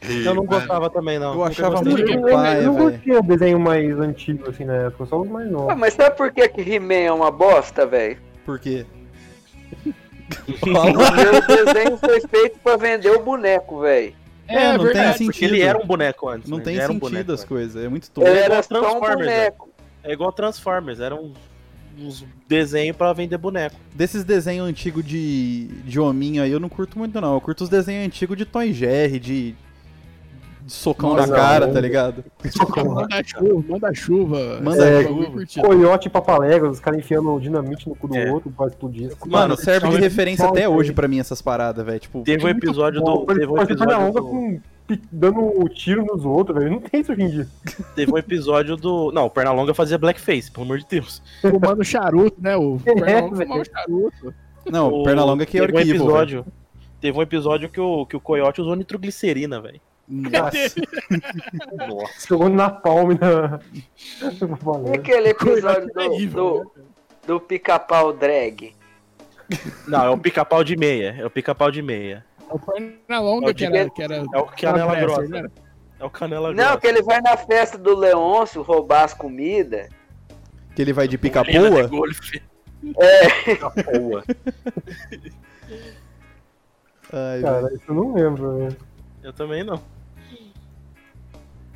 Eu não gostava também,
é.
não.
Eu
Nunca
achava
gostei.
Eu,
muito
eu- eu
paia,
não
velho.
gostei do desenho mais antigo, assim, né? Ficou só os mais
Ah,
novos.
mas sabe por que que He-Man é uma bosta, velho?
Por quê?
Porque o desenho foi feito pra vender o boneco, velho.
É, não tem
verdade, porque
sentido.
Ele era um boneco antes.
Não
né?
tem
ele era um
sentido
boneco
as
antes.
coisas, é muito
Ele
tosco.
era
igual
só um
Transformers, né?
boneco.
É igual Transformers, era um, uns desenhos pra vender boneco.
Desses desenhos antigos de, de hominho aí, eu não curto muito, não. Eu curto os desenhos antigos de Tom e Jerry, de, de socão
Nossa,
na cara,
não.
tá ligado?
Manda chuva, manda chuva.
Manda
esse
chuva.
bagulho curtido.
Coiote e Papaléguas, os caras enfiando um dinamite no cu do
É.
outro pra explodir.
Mano, serve de
Tom-
referência
Tom-
até hoje pra mim essas paradas, velho. Tipo,
Teve um
Muito
episódio do.
Bom,
Teve um
parece perna
episódio
longa
do.
com- pi- dando um tiro nos outros, velho. Não tem isso hoje em dia.
Teve um episódio do. Não, o Pernalonga fazia blackface, pelo amor de Deus.
Fumando charuto, né? O
É,
Fernando
velho.
fumava um charuto.
não, Pernalonga que é
teve um
Orquivo, velho.
episódio. Teve um episódio que o, que o Coyote usou nitroglicerina, velho.
Nossa,
Nossa.
Jogando na palma e na.
E aquele episódio
Coisa
do,
terrível,
do, do pica-pau drag?
Não, é o pica-pau de meia. É o pica-pau de meia.
É o Pernalonga que era. Que era
É o canela
Cabeça,
grossa.
né?
É o canela
Não,
grossa.
que ele vai na festa do Leôncio roubar as comidas.
que ele vai de É.
Lenda de
pica-poa.
golfe.
Boa.
Ai, velho.
Cara, isso eu não lembro, velho.
Eu também não.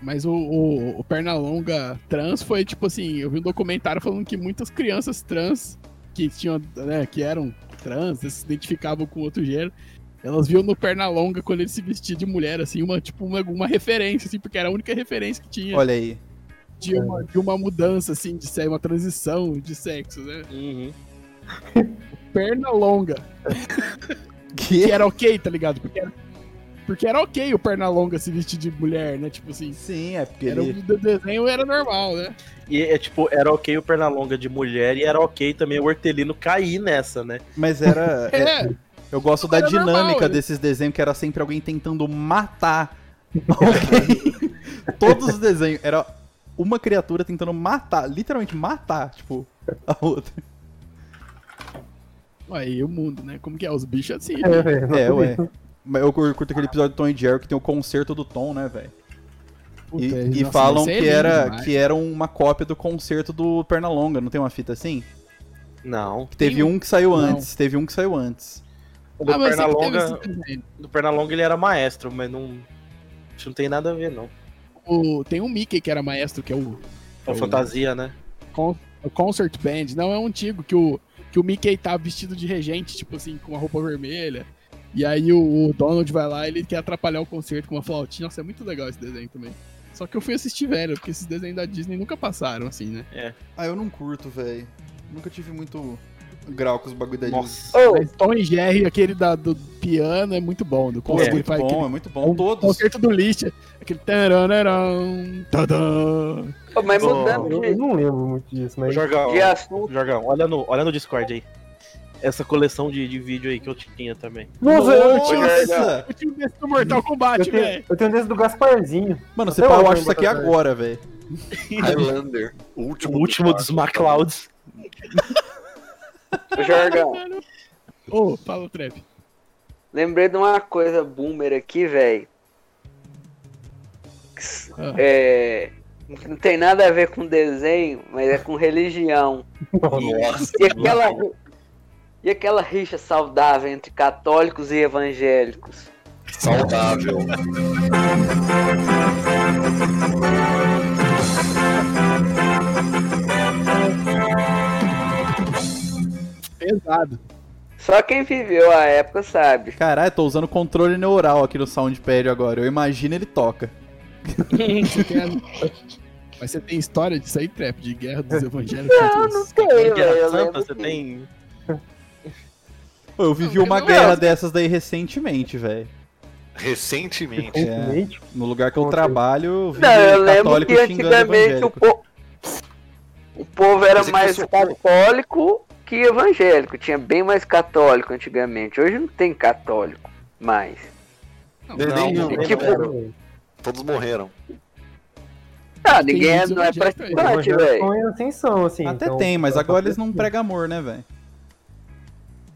Mas o, o, o Pernalonga trans foi tipo assim: eu vi um documentário falando que muitas crianças trans que tinham, né, que eram trans, se identificavam com outro gênero, elas viam no Pernalonga quando ele se vestia de mulher, assim, uma, tipo, uma, uma referência, assim, porque era a única referência que tinha
Olha aí.
de, uma, de uma mudança, assim, de sexo, uma transição de sexo, né?
Uhum.
Pernalonga.
Que?
que era ok, tá ligado? Porque era, porque era ok o Pernalonga se vestir de mulher, né? Tipo assim,
Sim, é porque
era
ele...
o do desenho era normal, né?
E é tipo, era ok o Pernalonga de mulher e era ok também o Hortelino cair nessa, né?
Mas era... é-
É,
Eu gosto da
Era
dinâmica
normal,
desses desenhos, que era sempre alguém tentando matar alguém. Todos os desenhos. Era uma criatura tentando matar, literalmente matar, tipo, a outra.
aí o mundo, né? Como que é? Os bichos assim.
É, velho. não
É,
tem
ué.
isso.
Mas Eu cur- curto aquele episódio do Tom e Jerry que tem o concerto do Tom, né, velho?
Puta,
E, e
nossa,
falam
esse é
que
lindo
era,
demais.
que era uma cópia do concerto do Pernalonga, não tem uma fita assim?
Não.
Que teve
Tem
um que saiu
Não.
antes, teve um que saiu antes.
O do
Ah, mas sempre teve
Pernalonga,
esse desenho.
do Pernalonga ele era maestro, mas não. Isso não tem nada a ver, não.
O- tem um Mickey que era maestro, que é o,
É uma fantasia, né?
con- o Concert Band. Não, é um antigo, que o, que o Mickey tá vestido de regente, tipo assim, com a roupa vermelha. E aí o, o Donald vai lá e ele quer atrapalhar o concerto com uma flautinha. Nossa, é muito legal esse desenho também. Só que eu fui assistir velho, porque esses desenhos da Disney nunca passaram, assim, né?
Ah, eu não curto, velho. Nunca tive muito grau com os bagulho da
Nossa.
Ô,
Mas Tom e Jerry, aquele da, do piano, é muito bom. Do
Pô, é,
concerto, ele
muito
faz
bom,
aquele
é muito bom. Todos.
concerto do Liszt, aquele taranarão, tadã.
ô, mas
Ô,
mudando
Eu, eu
de,
não lembro muito disso, mas.
Jorgão,
de assunto.
Jorgão, olha no, olha no Discord aí. Essa coleção de, de vídeo aí que eu tinha também.
é
Nossa, eu
né,
tinha.
Nossa!
Eu tinha um desse do Mortal
Eu
Kombat, velho.
tenho, eu tenho um desse do Gasparzinho.
Mano, você
Até
pá, eu
hoje eu
acho isso aqui
lembro
agora, velho.
Highlander. O último,
O último dos MacLeods.
Jorgão,
Ô, fala o trap.
lembrei de uma coisa boomer aqui, velho.
Ah.
É, não tem nada a ver com desenho, mas é com religião.
Nossa.
E aquela, e aquela rixa saudável entre católicos e evangélicos.
Saudável.
Pesado.
Só quem viveu a época sabe.
Caralho, eu tô usando controle neural aqui no Soundpad agora. Eu imagino ele toca.
Você quer- é Mas você tem história disso aí, trap? De guerra dos evangélicos? Tipo contra os-
Tem,
Guerra
velho, é eu
Santa,
lembro
é? você
que-
tem.
Pô, eu vivi
Não,
uma
não é.
guerra dessas daí recentemente, velho.
Recentemente.
Infelizmente.
No lugar que eu
Não,
trabalho, eu vi
Não, eu lembro
é católico
que
xingando
antigamente o
evangélico.
povo, o povo era
Mas é que
mais
eu sou-
católico que que evangélico, tinha bem mais católico antigamente. Hoje não tem católico mais.
Não,
Nem-
não,
nem-
não,
nem-
tipo-
velho.
Todos morreram.
Ah, ninguém é,
uns
não é
evangélicos aí.
praticante, velho.
Estão em ascensão, assim.
Até
então-
tem, mas agora eles não pregam amor, né, velho?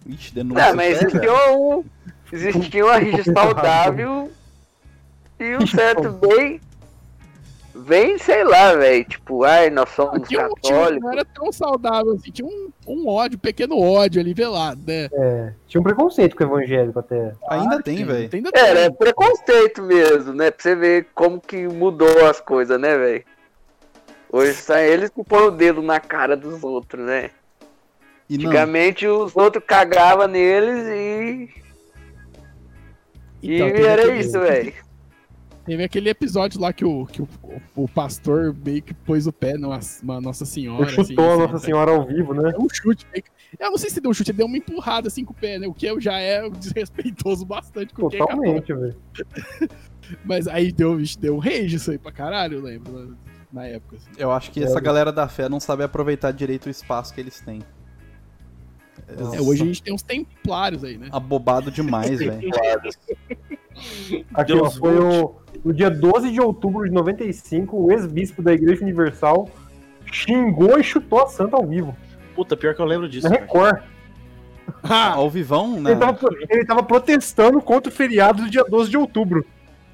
Ixi, denúncia.
Não, Tá, mas existia um, existia um
Tô
é
arranjo
muito
saudável e um certo bem, bem, sei lá, velho. Tipo, ai, nós somos
é
Tinha um time
né?
que não
católicos.
era tão saudável assim, tinha um, um ódio, um pequeno ódio ali velado, né?
É, tinha um preconceito com o evangélico até.
Ainda tem, velho.
Ainda tem.
Era preconceito mesmo, né? Pra você ver como que mudou as coisas, né, velho? Hoje são eles que põem o dedo na cara dos outros, né?
E não,
Antigamente os outros cagavam neles e.
Então,
e
teve
era
aquele-
isso, velho.
Teve aquele episódio lá que o, que o, o pastor meio que pôs o pé numa, numa Nossa Senhora. assim,
chutou a
assim,
Nossa
né?
Senhora ao vivo, né?
É um chute. meio que- Eu não sei se deu um chute, ele deu uma empurrada assim com o pé, né? O que eu já é desrespeitoso bastante com quem é católico.
Totalmente, velho.
Mas aí deu, vixe, deu um rage isso aí pra caralho, eu lembro. né? Na época, assim.
eu acho que essa galera da fé não sabe aproveitar direito o espaço que eles têm. Eles
É, hoje a
são
gente tem uns templários aí, né?
abobado demais, velho.
Aqui, ó,
Deus
foi o, no dia 12 de outubro de 95, o ex-bispo da Igreja Universal xingou e chutou a santa ao vivo.
Puta, pior que eu lembro
Né?
disso.
Na
cara.
Record.
Então,
Ao vivão, né?
Ele tava, pro- ele tava protestando contra o feriado do dia 12 de outubro.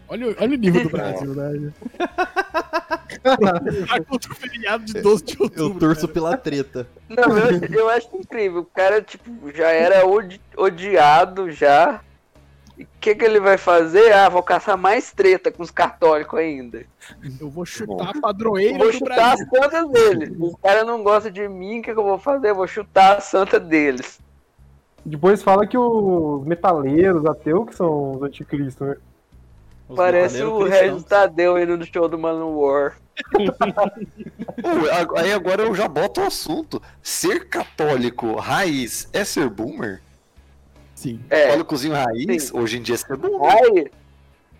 Olha, o- olha o
É.
nível do Brasil, né? Tá contra o feriado de 12 de outubro.
Eu torço pela treta.
Não, eu, acho- eu acho incrível. O cara, tipo, já era odi- odiado já. E o que, que ele vai fazer? Ah, vou caçar mais treta com os católicos ainda.
cara. né? Eu vou chutar a padroeira
vou
do
chutar
Brasil.
as santas deles. Os caras não gostam de mim, o que, que eu vou fazer? Eu vou chutar a santa deles.
Depois fala que os metaleiros, ateus, que são os anticristos, né?
Os
Parece o
metaleiros
Regis
cristãos.
Tadeu indo no show do Mano War.
Pô, a- aí agora eu já boto o assunto. Ser católico raiz é ser boomer?
Sim,
É,
Católicozinho raiz,
Sim.
hoje em dia é ser boomer.
aí,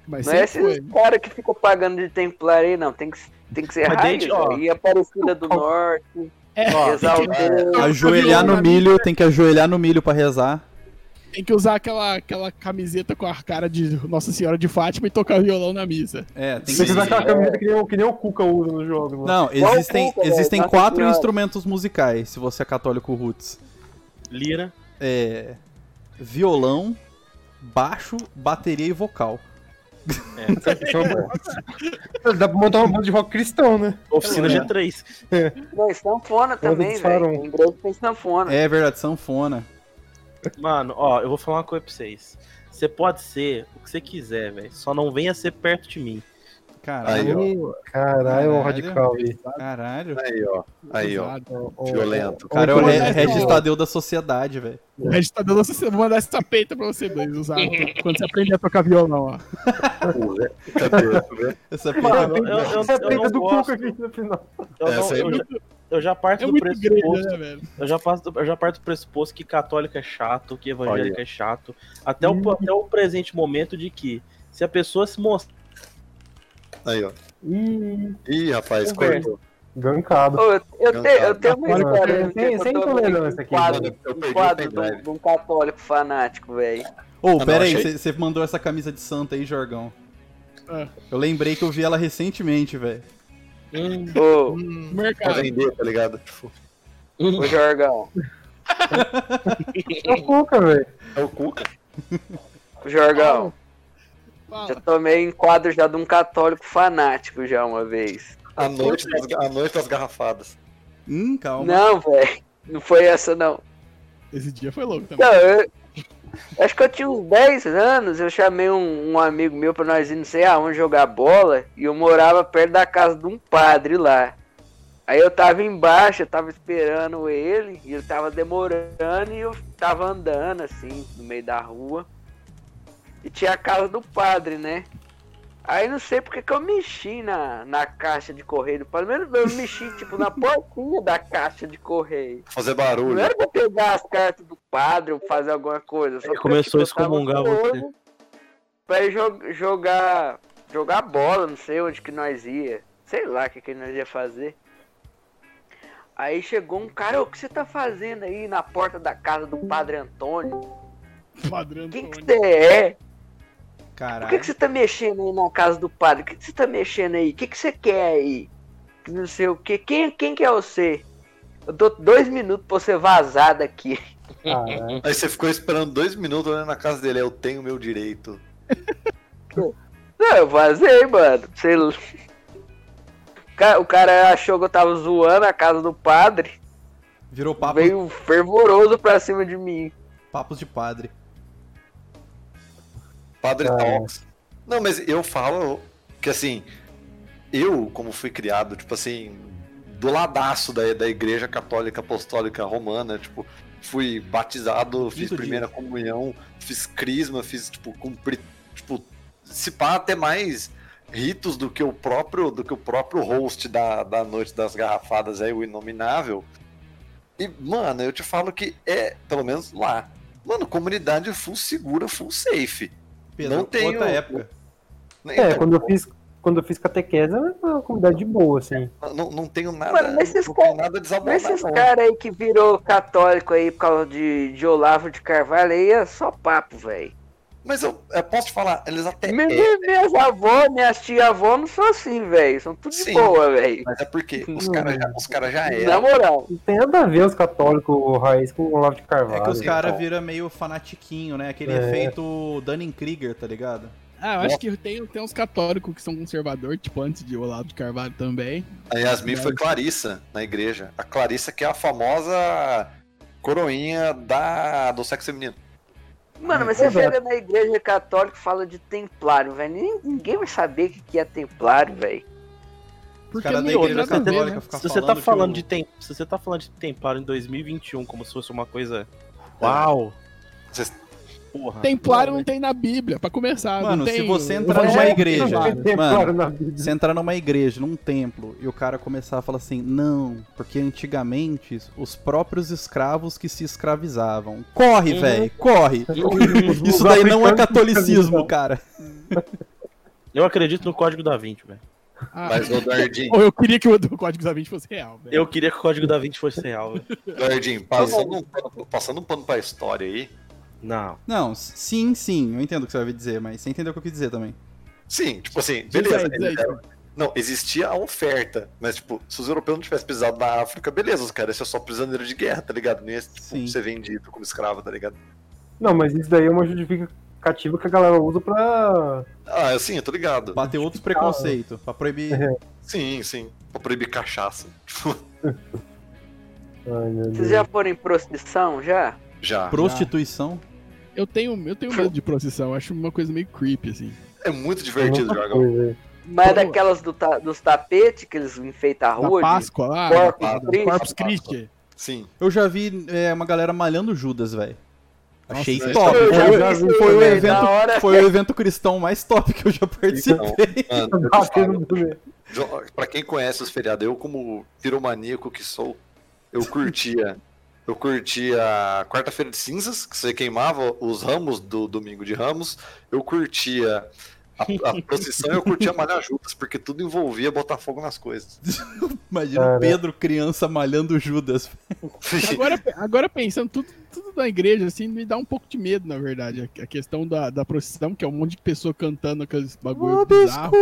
mas
não é
sempre
esses
foi.
caras que ficam pagando de templário aí, não. Tem que, tem que ser
Mas
raiz,
desde- ó. É.
velho. E Aparecida do Norte, Exaltando.
Ajoelhar no milho, tem que ajoelhar no milho pra rezar.
Tem que usar aquela, aquela camiseta com a cara de Nossa Senhora de Fátima e tocar violão na missa.
É, tem
Você
que.
fez aquela camisa que nem, o- que nem o Cuca usa no jogo. Mano.
Não,
o
existem,
Cuca, né? Tá velho?
existem
Nossa
quatro
Senhora.
instrumentos musicais, se você é católico roots.
Lira.
É. Violão, baixo, bateria e vocal.
Dá pra montar uma banda de rock cristão, né?
Oficina G3.
Não, e sanfona também, velho.
disparam.
Em breve tem sanfona.
É verdade, sanfona.
Mano, ó, eu vou falar uma coisa pra vocês. Você pode ser o que você quiser, velho. Só não venha ser perto de mim.
Caralho.
Aí, ó.
Caralho, é
Caralho.
um radical aí.
Caralho.
Aí, ó. Aí, ó.
Exato.
Violento.
O cara é o
Muito
Re-
honesto.
Regis Tadeu da sociedade, velho.
O Regis tá dando essa, vou mandar essa peita pra você dois usar quando você aprender a tocar violão, ó.
Cadê?
Essa
Mano,
piada.
eu, eu, eu,
Essa é a
não
prenda do
gosto,
Cuca aqui no final.
eu não-
Essa aí
eu
não.
já- eu já parto
É
do
muito grande,
pressuposto
né, velho?
Eu já, passo do- eu já parto do pressuposto que católico é chato, que evangélico é chato. Até, o, até o presente momento de que, se a pessoa se mostrar.
Tá Aí, ó.
Ih,
Ih, rapaz, cortou.
gankado.
Ô, eu, eu, te- eu tenho uma
Olha,
história.
sem-
eu
sem
tô
intolerância
vendo
aqui,
um quadro,
velho. Eu perdi
um
o
quadro
pendrive.
de um- de um católico fanático, velho.
Tá
Ô,
não,
pera aí,
achei.
você mandou essa camisa de santa aí, Jorgão.
Ah.
Eu lembrei que eu vi ela recentemente, velho.
Ô,
Pra
Mercado.
vender, tá ligado? Tipo,
ô Jorgão.
É o Cuca, velho.
É o Cuca.
Ô, Jorgão, já
Fala.
tomei em quadro já de um católico fanático já uma vez.
A noite das, a noite das garrafadas.
Hum, calma.
Não, velho. Não foi essa, não.
Esse dia foi louco também.
Não, eu... Acho que eu tinha uns 10 anos, eu chamei um, um amigo meu pra nós ir não sei aonde jogar bola, e eu morava perto da casa de um padre lá. Aí eu tava embaixo, eu tava esperando ele, e ele tava demorando, e eu tava andando assim, no meio da rua. E tinha a casa do padre, né? Aí não sei porque que eu mexi na, na caixa de correio do padre, mas eu mexi tipo na portinha da caixa de correio.
Fazer
Não
barulho.
era pra pegar as cartas do padre ou fazer alguma coisa. Só
Ele
que
começou
eu,
a excomungar
tava
você.
curioso Pra ir jo- jogar, jogar bola, não sei onde que nós ia. Sei lá o que, que nós ia fazer. Aí chegou um cara, "Ô, o que você tá fazendo aí na porta da casa do Padre Antônio?
Padrão
Quem que
Antônio.
você é? Por que,
Caralho.
que você tá mexendo aí na casa do padre? O que, que você tá mexendo aí? O que, que você quer aí? Que Não sei o que. Quem, quem que é você? Eu dou dois minutos pra você vazar daqui.
Caralho.
Aí você ficou esperando dois minutos olhando na casa dele. É, Eu tenho meu direito.
Não, eu vazei, mano. Sei lá. O ca- O cara achou que eu tava zoando a casa do padre.
Virou
Ah,
papo,
Veio fervoroso pra cima de mim.
papos de padre.
Padre
Ah, é.
Talks. Não, mas eu falo que assim, eu, como fui criado, tipo assim, do ladaço da, da igreja católica apostólica romana, tipo, fui batizado, fiz
Quinto
primeira comunhão, fiz crisma, fiz, tipo, cumpri, tipo, se pá até mais ritos do que o próprio do que o próprio host da, da noite das garrafadas aí, o inominável. E, mano, eu te falo que é, pelo menos lá. Mano, comunidade full segura, full safe.
Pedro,
Não tenho-
outra época.
Né, Então.
É, quando eu fiz, quando eu fiz catequese, era uma comunidade de boa, assim.
Não, não tenho nada.
Mano, mas vocês
não tenho
com-
nada desabonado.
Mas esses
não.
caras aí que virou católico aí por causa de, de Olavo de Carvalho aí é só papo, velho.
Mas eu, eu posso te falar, eles até. é,
Minhas avós, minhas tia-avó não são assim, velho. São tudo de
Sim. É,
boa, velho.
mas é porque os
Não.
caras já, os cara já
Na
eram.
moral.
Não tem nada a ver os católicos raiz com o Olavo de
É
Carvalho.
que os caras
então.
viram meio fanatiquinho, né? Aquele
É.
efeito Dunning-Krieger, tá ligado?
Ah, eu acho que tem, tem uns católicos que são conservadores, tipo antes de Olavo de Carvalho também.
A Yasmin foi Clarissa na igreja. A Clarissa, que é a famosa coroinha da, do sexo feminino.
Mano, mas
É
você
verdade.
chega na igreja católica e fala de templário, velho. Nin- Ninguém vai saber o que que é templário, velho.
Porque
caras
não
da
tem
igreja
nada a ver,
católica
né?
ficar
se você tá
que
falando
o-
de tem... se você tá falando de Templário em 2021 como se fosse uma coisa uau,
Vocês-
porra.
Templário não tem na Bíblia, pra começar. não
Mano,
tem-
se você
não
entrar
vai-
numa
é,
igreja,
claro.
mano,
é, na vida.
se entrar numa igreja, num templo, e o cara começar a falar assim, não, porque antigamente os próprios escravos que se escravizavam. Corre,
Uhum.
velho, corre!
Os- os
Isso daí não é
africanos
catolicismo,
escravizavam.
cara.
Eu acredito no código da 20, velho.
Ah,
Mas o Dardim,
Ou eu queria que o do Código da Vinci fosse real, velho.
Eu queria que o código da 20 fosse real, velho.
Dardim
Tá
passando, um pano, passando um pano pra história aí.
Não.
Não, s- sim, sim, eu entendo o que você vai dizer, mas você entendeu o que eu quis dizer também.
Sim, tipo assim,
Diz
beleza.
aí, diz aí,
ele- Não, existia a oferta, mas, tipo, se os europeus não tivessem pisado na África, beleza, os caras iam ser só prisioneiro de guerra, tá ligado? Não ia tipo,
Sim.
ser vendido como escravo, tá ligado?
Não, mas isso daí é uma justificativa que a galera usa pra.
Ah, sim, eu tô ligado.
Bater outros preconceitos, pra proibir
é,
Sim, sim. Pra proibir cachaça.
Ai, meu Deus.
Vocês
É.
já foram em prostituição, já?
Já.
prostituição.
Eu tenho, eu tenho medo de procissão, eu acho uma coisa meio creepy, assim.
É muito
É outra
divertido jogar.
coisa, velho.
Mas é
Pô.
daquelas do ta- dos tapetes que eles enfeitam a
Da
rua, de
Páscoa lá,
Corpus
da- da
Christi.
Corpus Christi.
Sim.
Eu já vi é, uma galera malhando Judas, velho. Achei
velho.
top.
Eu já
Foi-
vi isso aí,
foi, o
velho,
evento,
da hora.
foi o evento cristão mais top que eu já participei.
Ah,
Mano, eu te
Bater
um
falo,
no dedo.
jo- pra quem conhece os feriados, eu como piromaníaco que sou, eu curtia. Eu curtia quarta-feira de cinzas, que você queimava os ramos do domingo de ramos. Eu curtia a, a procissão e eu curtia malhar juntas, porque tudo envolvia botar fogo nas coisas.
Imagina o
Cara.
Pedro, criança, malhando Judas.
Agora, agora pensando, tudo, tudo na igreja, assim, me dá um pouco de medo, na verdade. A, a questão da, da procissão, que é um monte de pessoa cantando aqueles bagulho bizarro.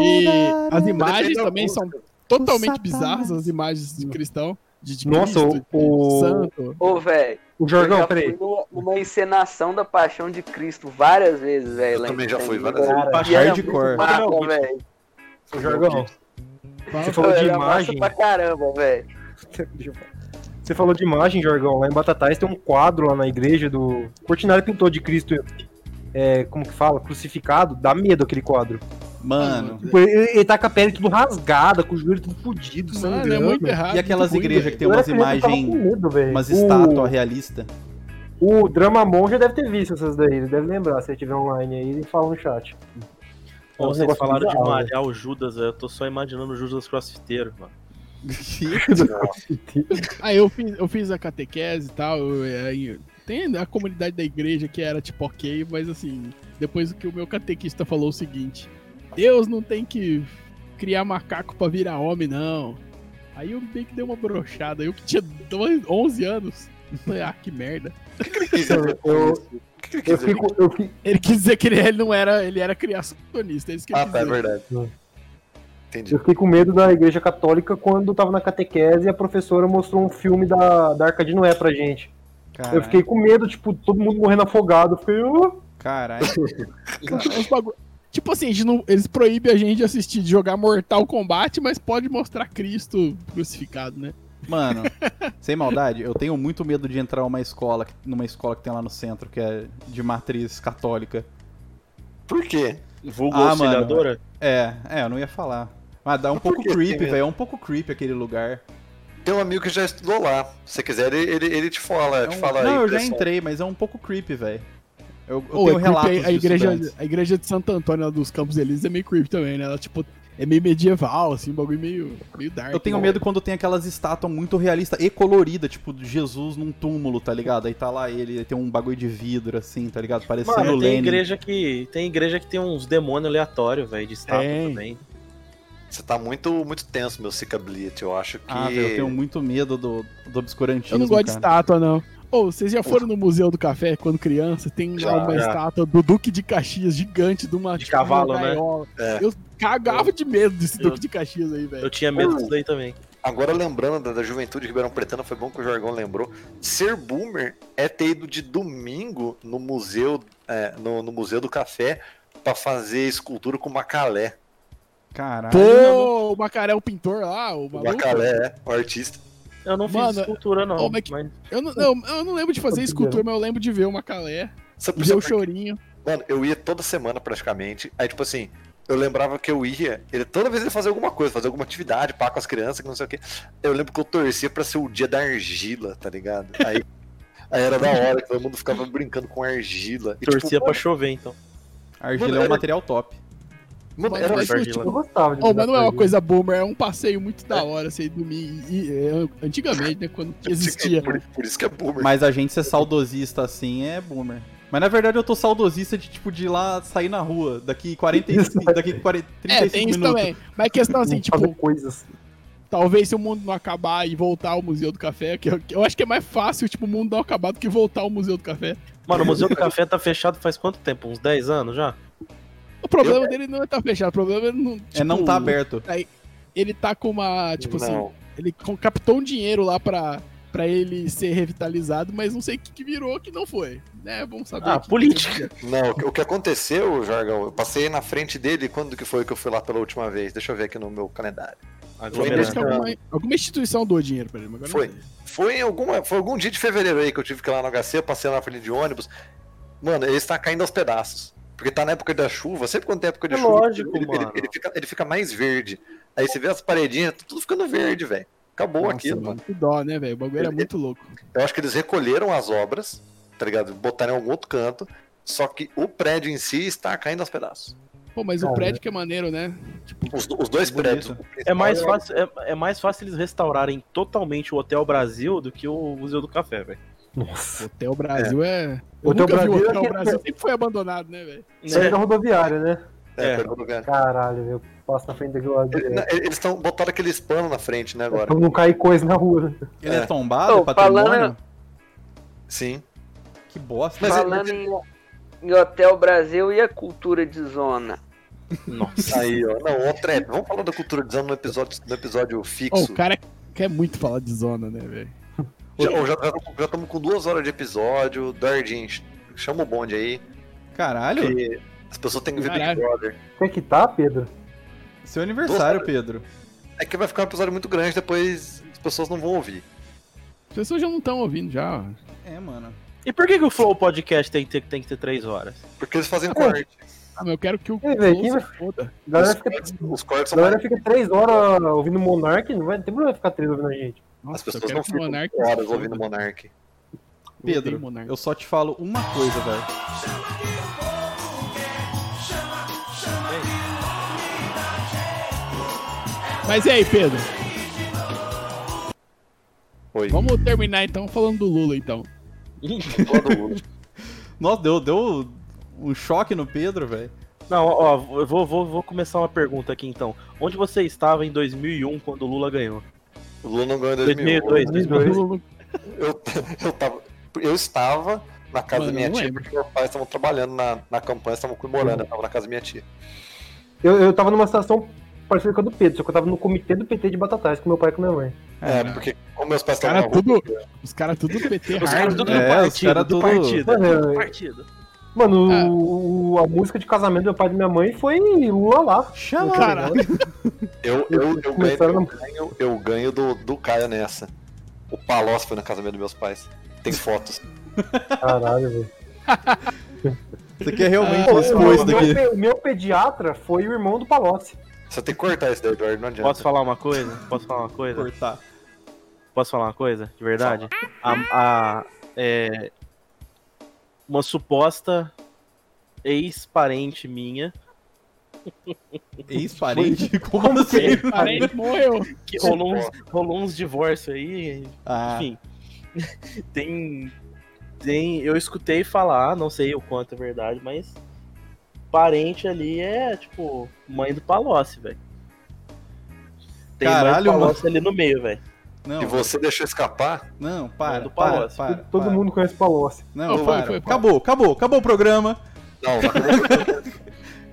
E as imagens
Depende da
também são totalmente bizarras, as imagens de cristão. De, de
Nossa,
Cristo, de
o-
santo.
Ô, velho.
O
eu já
Jorgão,
fui
peraí.
numa- Numa encenação da Paixão de Cristo várias vezes, velho.
Eu
lá em
também já fui
Sangue,
várias
cara.
vezes.
E era
Hardcore.
muito massa, velho.
O Jorgão. Você falou
Era
de
é massa
imagem.
pra caramba, velho.
Você falou de imagem, Jorgão. Lá em Batatais tem um quadro lá na igreja do. O Cortinari pintou de Cristo. É, como que fala? Crucificado. Dá medo aquele quadro.
Mano,
Tipo, ele, ele tá com a pele tudo rasgada, com o joelho tudo fudido,
Mano, é
sangrando.
muito errado.
e aquelas
muito ruim,
igrejas que tem
velho.
Eu era
umas
criança, eu tava com
imagens,
medo, velho.
umas
O-
estátuas realistas.
O Drama Mon já deve ter visto essas daí, ele deve lembrar, se ele tiver online aí, ele fala no chat.
Pô,
um
vocês
negócio
falaram de
bizarro,
malhar o Judas, velho. eu tô só imaginando o Judas crossfiteiro, mano.
Aí Ah, eu fiz, eu fiz a catequese e tal. eu- é, aí tem a comunidade da igreja que era tipo ok, mas assim, depois que o meu catequista falou o seguinte: Deus não tem que criar macaco pra virar homem, não. Aí eu meio que dei uma brochada. Eu que tinha dois- 11 anos. Falei, ah, que merda.
Eu,
Eu fico, eu fico,
Ele quis dizer que ele, ele não era. Ele era criacionista, é isso que ele
Ah,
quis
tá, é
dizer.
verdade. Entendi.
Eu fiquei com medo da igreja católica quando eu tava na catequese e a professora mostrou um filme da, da Arca de Noé pra gente.
Caralho.
Eu fiquei com medo, tipo, todo mundo morrendo afogado. Eu fiquei, "Ah".
Caralho.
Cara, uns bagu- Tipo assim, a gente não- eles proíbem a gente de assistir, de jogar Mortal Kombat, mas pode mostrar Cristo crucificado, né?
Mano, sem maldade, eu tenho muito medo de entrar numa escola, que- numa escola que tem lá no centro, que é de matriz católica.
Por quê?
Vulgo
Ah,
auxiliadora?
É, é, eu não ia falar. Mas dá um
Mas por
pouco
que tem
creep,
medo?
velho. É um pouco creep aquele lugar.
Tem um amigo que já estudou lá. Se você quiser, ele, ele, ele te fala.
É
te
um-
fala
Não,
aí,
eu já
pessoal.
entrei, mas é um pouco creep, velho. Eu, eu
Ou
tenho um
é creep,
relatos
a, a
de
igreja,
estudantes.
a igreja de Santo Antônio, lá dos Campos Elíseos, é meio creep também, né? Ela, tipo, é meio medieval, assim, um bagulho meio, meio dark.
Eu tenho
né?
medo quando tem aquelas estátuas muito realistas e coloridas, tipo de Jesus num túmulo, tá ligado? Aí tá lá ele, aí tem um bagulho de vidro, assim, tá ligado? Parecendo
Mano,
o
tem
Lenin.
igreja, que, tem igreja que tem uns demônios aleatórios, velho, de estátua
Tem.
também.
Você tá muito, muito tenso, meu Cicability. Eu acho que.
Ah, velho, eu tenho muito medo do, do obscurantismo.
Eu não gosto de
cara.
estátua, não. Ou vocês já foram no Museu do Café quando criança? Tem
Já,
lá uma
já.
estátua do Duque de Caxias gigante, de uma
De
tipo, uma
cavalo, né?
gaiola.
É.
Eu cagava de medo desse
eu-
Duque de Caxias aí, velho.
Eu tinha medo
Uh.
disso daí também.
Agora lembrando da, da juventude Ribeirão Pretana, foi bom que o Jorgão lembrou. Ser boomer é ter ido de domingo no museu, é, no, no museu do café pra fazer escultura com macalé.
Caralho.
Pô, o Macaré, o pintor lá, o
O
maluco.
macalé é o artista.
Eu não fiz
Mano,
escultura, não.
ô, mas que-
mas-
Eu não, não, eu não lembro de fazer escultura, mas eu lembro de ver o Macalé,
Você
de ver
precisa
o chorinho.
Mano, eu ia toda semana praticamente. Aí, tipo assim, eu lembrava que eu ia. Ele, toda vez ele fazia alguma coisa, fazia alguma atividade, pá, com as crianças, que não sei o quê. Eu lembro que eu torcia pra ser o dia da argila, tá ligado? Aí, aí era da hora que todo mundo ficava brincando com argila. E,
Torcia
tipo,
pra chover, então.
Argila
Mano,
é um
era-
material top.
mano,
Mas
era
mas,
argila.
tipo,
eu gostava de
Oh, mas não é uma
Brasil.
coisa boomer, é um passeio muito da hora, assim, domingo. E, é, antigamente, né, quando existia.
tipo, Por, por isso que é boomer.
Mas a gente ser saudosista assim é boomer. Mas na verdade eu tô saudosista de tipo de ir lá sair na rua daqui 45, daqui 40,
É,
35
tem isso
minutos.
também. Mas a questão assim, tipo,
fazer coisas.
Talvez se o mundo não acabar e voltar ao Museu do Café, que eu, que eu acho que é mais fácil, tipo, o mundo não acabar do que voltar ao Museu do Café.
Mano, o Museu do Café tá fechado faz quanto tempo? Uns 10 anos já?
O problema dele não é estar fechado, o problema é não.
É não tá aberto.
Ele tá com uma. Tipo assim,
não.
ele com- captou um dinheiro lá pra, pra ele ser revitalizado, mas não sei o que, que virou que não foi. Né, vamos saber.
Ah,
aqui.
política.
Não, o que- o que aconteceu, Jorgão, eu passei na frente dele quando que foi que eu fui lá pela última vez? Deixa eu ver aqui no meu calendário.
Ah,
Eu
Aglomerado.
acho que alguma, alguma instituição doou dinheiro pra ele, mas agora
Foi.
não sei.
Foi, em alguma, foi algum dia de fevereiro aí que eu tive que ir lá no HC, eu passei lá na frente de ônibus. Mano, ele está caindo aos pedaços. Porque tá na época da chuva, sempre quando tem época de
É
chuva,
lógico,
ele, ele-
mano.
ele fica, ele fica mais verde. Aí você vê as paredinhas, tá tudo ficando verde, velho. Acabou
Nossa,
aquilo, mano.
mano, Que dó, né, velho? O bagulho era
Ele-
muito louco.
Eu acho que eles recolheram as obras, tá ligado? Botaram em algum outro canto. Só que o prédio em si está caindo aos pedaços.
Pô, mas o
Cara.
prédio que é maneiro, né?
Os, os dois
Bonito.
prédios. o principal
É mais,
e o-
fácil, é, é mais fácil eles restaurarem totalmente o Hotel Brasil do que o Museu do Café, velho.
Nossa.
Hotel Brasil é. Eu
Hotel
nunca vi o
Brasil é
Hotel
aquele-
Brasil, sempre foi abandonado, né, velho?
Saiu da rodoviária, né?
É,
É.
pegou no gancho.
Caralho, eu passo na frente daquele lado.
Ele-
direto.
não, Eles estão botaram aqueles panos na frente, né, agora?
Pra não cair coisa na rua. né?
Ele é tombado,
Não,
patrimônio.
falando-
Sim.
Que bosta.
Mas-
Falando em, em Hotel Brasil e a cultura de zona.
Nossa.
Aí, ó. Não, outra é. Vamos falar da cultura de zona no episódio, no episódio
Ó,
fixo.
o cara quer muito falar de zona, né, velho?
já estamos com duas horas de episódio. Dardin, chama o bonde aí.
Caralho,
Que as pessoas têm que ver Big
Caralho.
Brother.
Tem que tá, Pedro?
seu aniversário, Pedro.
É que vai ficar um episódio muito grande, depois as pessoas não vão ouvir.
As pessoas já não estão ouvindo já. ó.
É, mano.
E por que, que o Flow Podcast tem que, ter, tem que ter 3 horas?
Porque eles fazem corte.
Ah, mas eu quero que o
Ei, velho,
Flow se
quem vai-
foda.
A galera
Os
fica,
cortes, os cortes
a
são
galera
mais...
fica três horas ouvindo Monark, não vai, não tem problema ficar três ouvindo a gente.
As
Nossa, eu
pessoas
quero
não
que o
ficam
Monark. se
horas
foda.
ouvindo Monark.
Eu odeio
Pedro,
Monark.
eu só te falo uma coisa, velho.
Mas e aí, Pedro?
Oi.
Vamos terminar então falando do Lula, então.
Todo mundo.
Nossa, deu, deu um choque no Pedro, velho.
Não, ó, ó, eu vou, vou, vou começar uma pergunta aqui então. Onde você estava em 2001 quando o um Lula ganhou?
O Lula não ganhou em 2008.
2002, 2002.
Eu, eu, tava, eu estava na casa
Mano,
da minha
eu não é. Uhum.
tia,
lembro.
porque meus pais estavam trabalhando na, na campanha, estavam comemorando, eu tava na casa da minha tia.
Eu, eu tava numa situação parecida com a do Pedro, só que eu tava no comitê do PT de Batatais com meu pai e com minha mãe.
É,
Cara,
porque como meus pais
os cara
estavam na rua,
tudo, os caras tudo PT
Os caras
hard,
tudo
né?
do
É, os
partido,
caras
do
tudo-
partido.
Mano,
do
eu-
partido.
Mano,
Ah.
o- a música de casamento do meu pai e da minha mãe foi Lula lá.
Chama!
Cara,
eu, eu, eu, ganho,
Começaram
eu ganho, eu ganho do, do Caio nessa. O Palocci foi no casamento dos meus pais. Tem fotos.
Caralho, velho.
Isso aqui é realmente
Pô,
um
o meu-
exposto
meu,
daqui.
pe- o meu pediatra foi o irmão do Palocci.
Você tem que cortar isso daí, Eduardo, não adianta.
Posso falar uma coisa? Posso falar uma coisa?
Cortar.
Posso falar uma coisa? De verdade? A, a- é, uma suposta ex-parente minha
Ex-parente? Como assim?
o parente morreu.
que rolou uns, rolou uns divórcios aí,
Ah,
enfim. Tem, tem. Eu escutei falar, não sei o quanto é verdade, mas parente ali é tipo mãe do Palocci, velho. Tem
Caralho,
mãe do
mano.
Palocci ali no meio, velho.
não,
E você deixou escapar?
não, para,
do
para,
Palocci.
para.
Todo
para.
mundo conhece o Palocci.
Não,
Não, foi,
para.
foi, foi.
acabou, acabou, acabou o programa.
Não, não.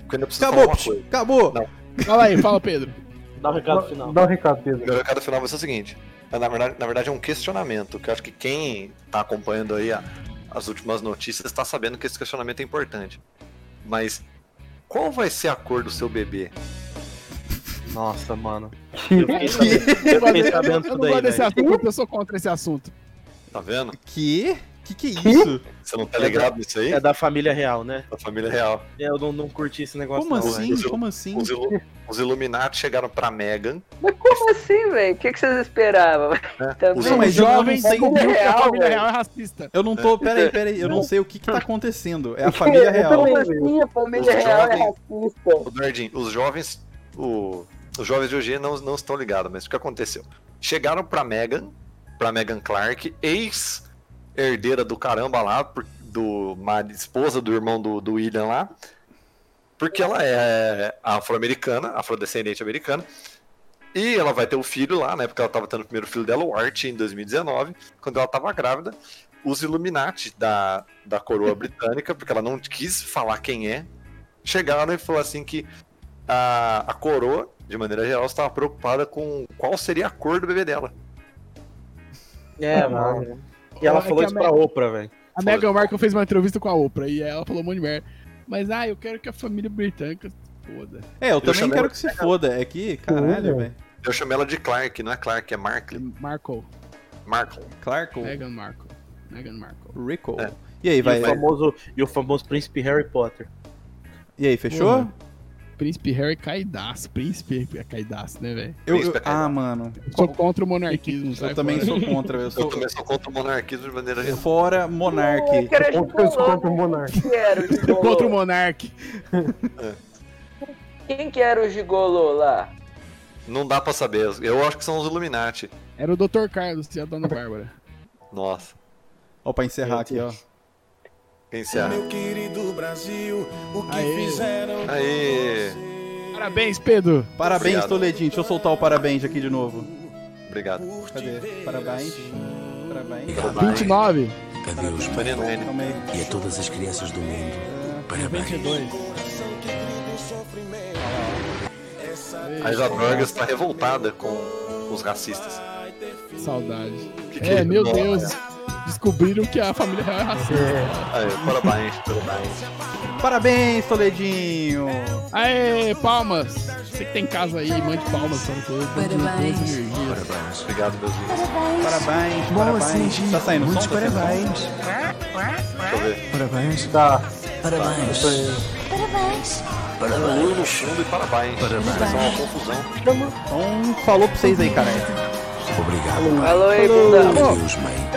Porque ainda preciso
Acabou,
falar uma
psh,
coisa.
acabou.
Não.
Fala aí, fala, Pedro.
Dá o recado final.
Dá um recado, Pedro.
Meu recado final vai ser o seguinte. é, Na verdade, na verdade é um questionamento, que eu acho que quem tá acompanhando aí a- as últimas notícias está sabendo que esse questionamento é importante. Mas qual vai ser a cor do seu bebê?
Nossa, mano.
Que-
Eu fiquei sabendo- eu fiquei sabendo
eu
tudo
não gosto
aí,
desse
né?
velho.
assunto, eu sou contra esse assunto.
Tá vendo?
Que? Que que é isso?
Você não tá ligado nisso aí?
É da família real, né?
Da família real.
Eu não, não curti esse negócio.
Como
não, velho.
assim?
velho.
Como assim?
Os, ilu os Illuminati chegaram pra Megan.
Mas como assim, velho? O que, que vocês esperavam?
Né?
Também.
Os
é
Não, mas jovem
Jovem
sem.
descobriu que a
real,
família
velho.
real é racista.
Eu não tô. Peraí, peraí. Eu não sei o que que tá acontecendo. É a família
Eu
real.
também.
Como assim? A família
Os
real é
jovens-
racista.
Ô, Nordinho, os jovens. o- os jovens de hoje não, não estão ligados, mas o que aconteceu? Chegaram pra Megan, pra Megan Clark, ex-herdeira do caramba lá, por- do ma- esposa do irmão do, do William lá, porque ela é afro-americana, afrodescendente americana, e ela vai ter um filho lá, né? Porque ela tava tendo o primeiro filho dela, o Art, em 2019, quando ela tava grávida. Os Illuminati da, da coroa britânica, porque ela não quis falar quem é, chegaram e falaram assim que a, a coroa, de maneira geral, estava preocupada com qual seria a cor do bebê dela.
É, mano. E ela
É
falou
que a
isso pra Oprah, velho.
A Meghan Markle fez uma entrevista com a Oprah e ela falou um monte de merda. Mas, ah, eu quero que a família britânica se foda.
É, eu também
chamei
quero que se foda. É que, caralho, velho.
Eu chamei ela de Clark, não é Clark, é Markley.
Markle.
Markley.
Clarko,
Meghan Markle. Meghan Markle.
Rico.
É.
E aí,
E
vai.
o, famoso, e o famoso príncipe Harry Potter.
E aí, fechou?
Porra. Príncipe Harry é caidaço. Príncipe é caidaço, né, velho?
Eu, eu-
Príncipe, cara.
ah, mano.
Sou contra o monarquismo. sai
Eu também
fora.
sou contra. Eu
Eu
sou
também sou contra o monarquismo de maneira geral.
fora monarque.
Eu quero de
Outros
bolão,
contra o Monark.
Quem que era o
Sou contra o
gigolô?
monarque.
Quem que era o gigolô lá?
Não dá pra saber. Eu acho que são os Illuminati.
Era o Dr. Carlos e a Dona Bárbara.
Nossa.
Ó, pra encerrar aqui, ó.
Quem será?
Meu querido Brasil, o que
Aê.
fizeram com
Aê.
você?
Parabéns, Pedro.
Parabéns,
Obrigado.
Toledinho. Deixa eu soltar o parabéns aqui de novo.
Obrigado.
Por te
Cadê?
ver
Parabéns.
assim.
Parabéns.
Parabéns.
29.
Adeus, mãe.
Menino, menino.
Calma aí.
E a todas as crianças do mundo, parabéns.
22.
Coração que grita o sofrimento. Essa
A Isabel está revoltada com os racistas.
vai ter fim.
Saudade.
Que que
É, meu
Nossa.
Deus. Descobriram que a família real é racista.
Aí, parabéns, parabéns.
Parabéns, Toledinho.
Aê, palmas. Você que tem casa aí, mande palmas. pra todos.
Parabéns.
Boas energias.
Parabéns. Obrigado, meus lindos.
assim,
Parabéns, parabéns. tá saindo som? Tá saindo som?
Deixa eu ver.
Parabéns.
Tá.
Parabéns.
Parabéns.
Barulho no fundo e parabéns. Parabéns. É uma confusão.
Então, falou pra vocês aí, cara.
Obrigado.
Falou aí, bundão.
Adeus, mãe.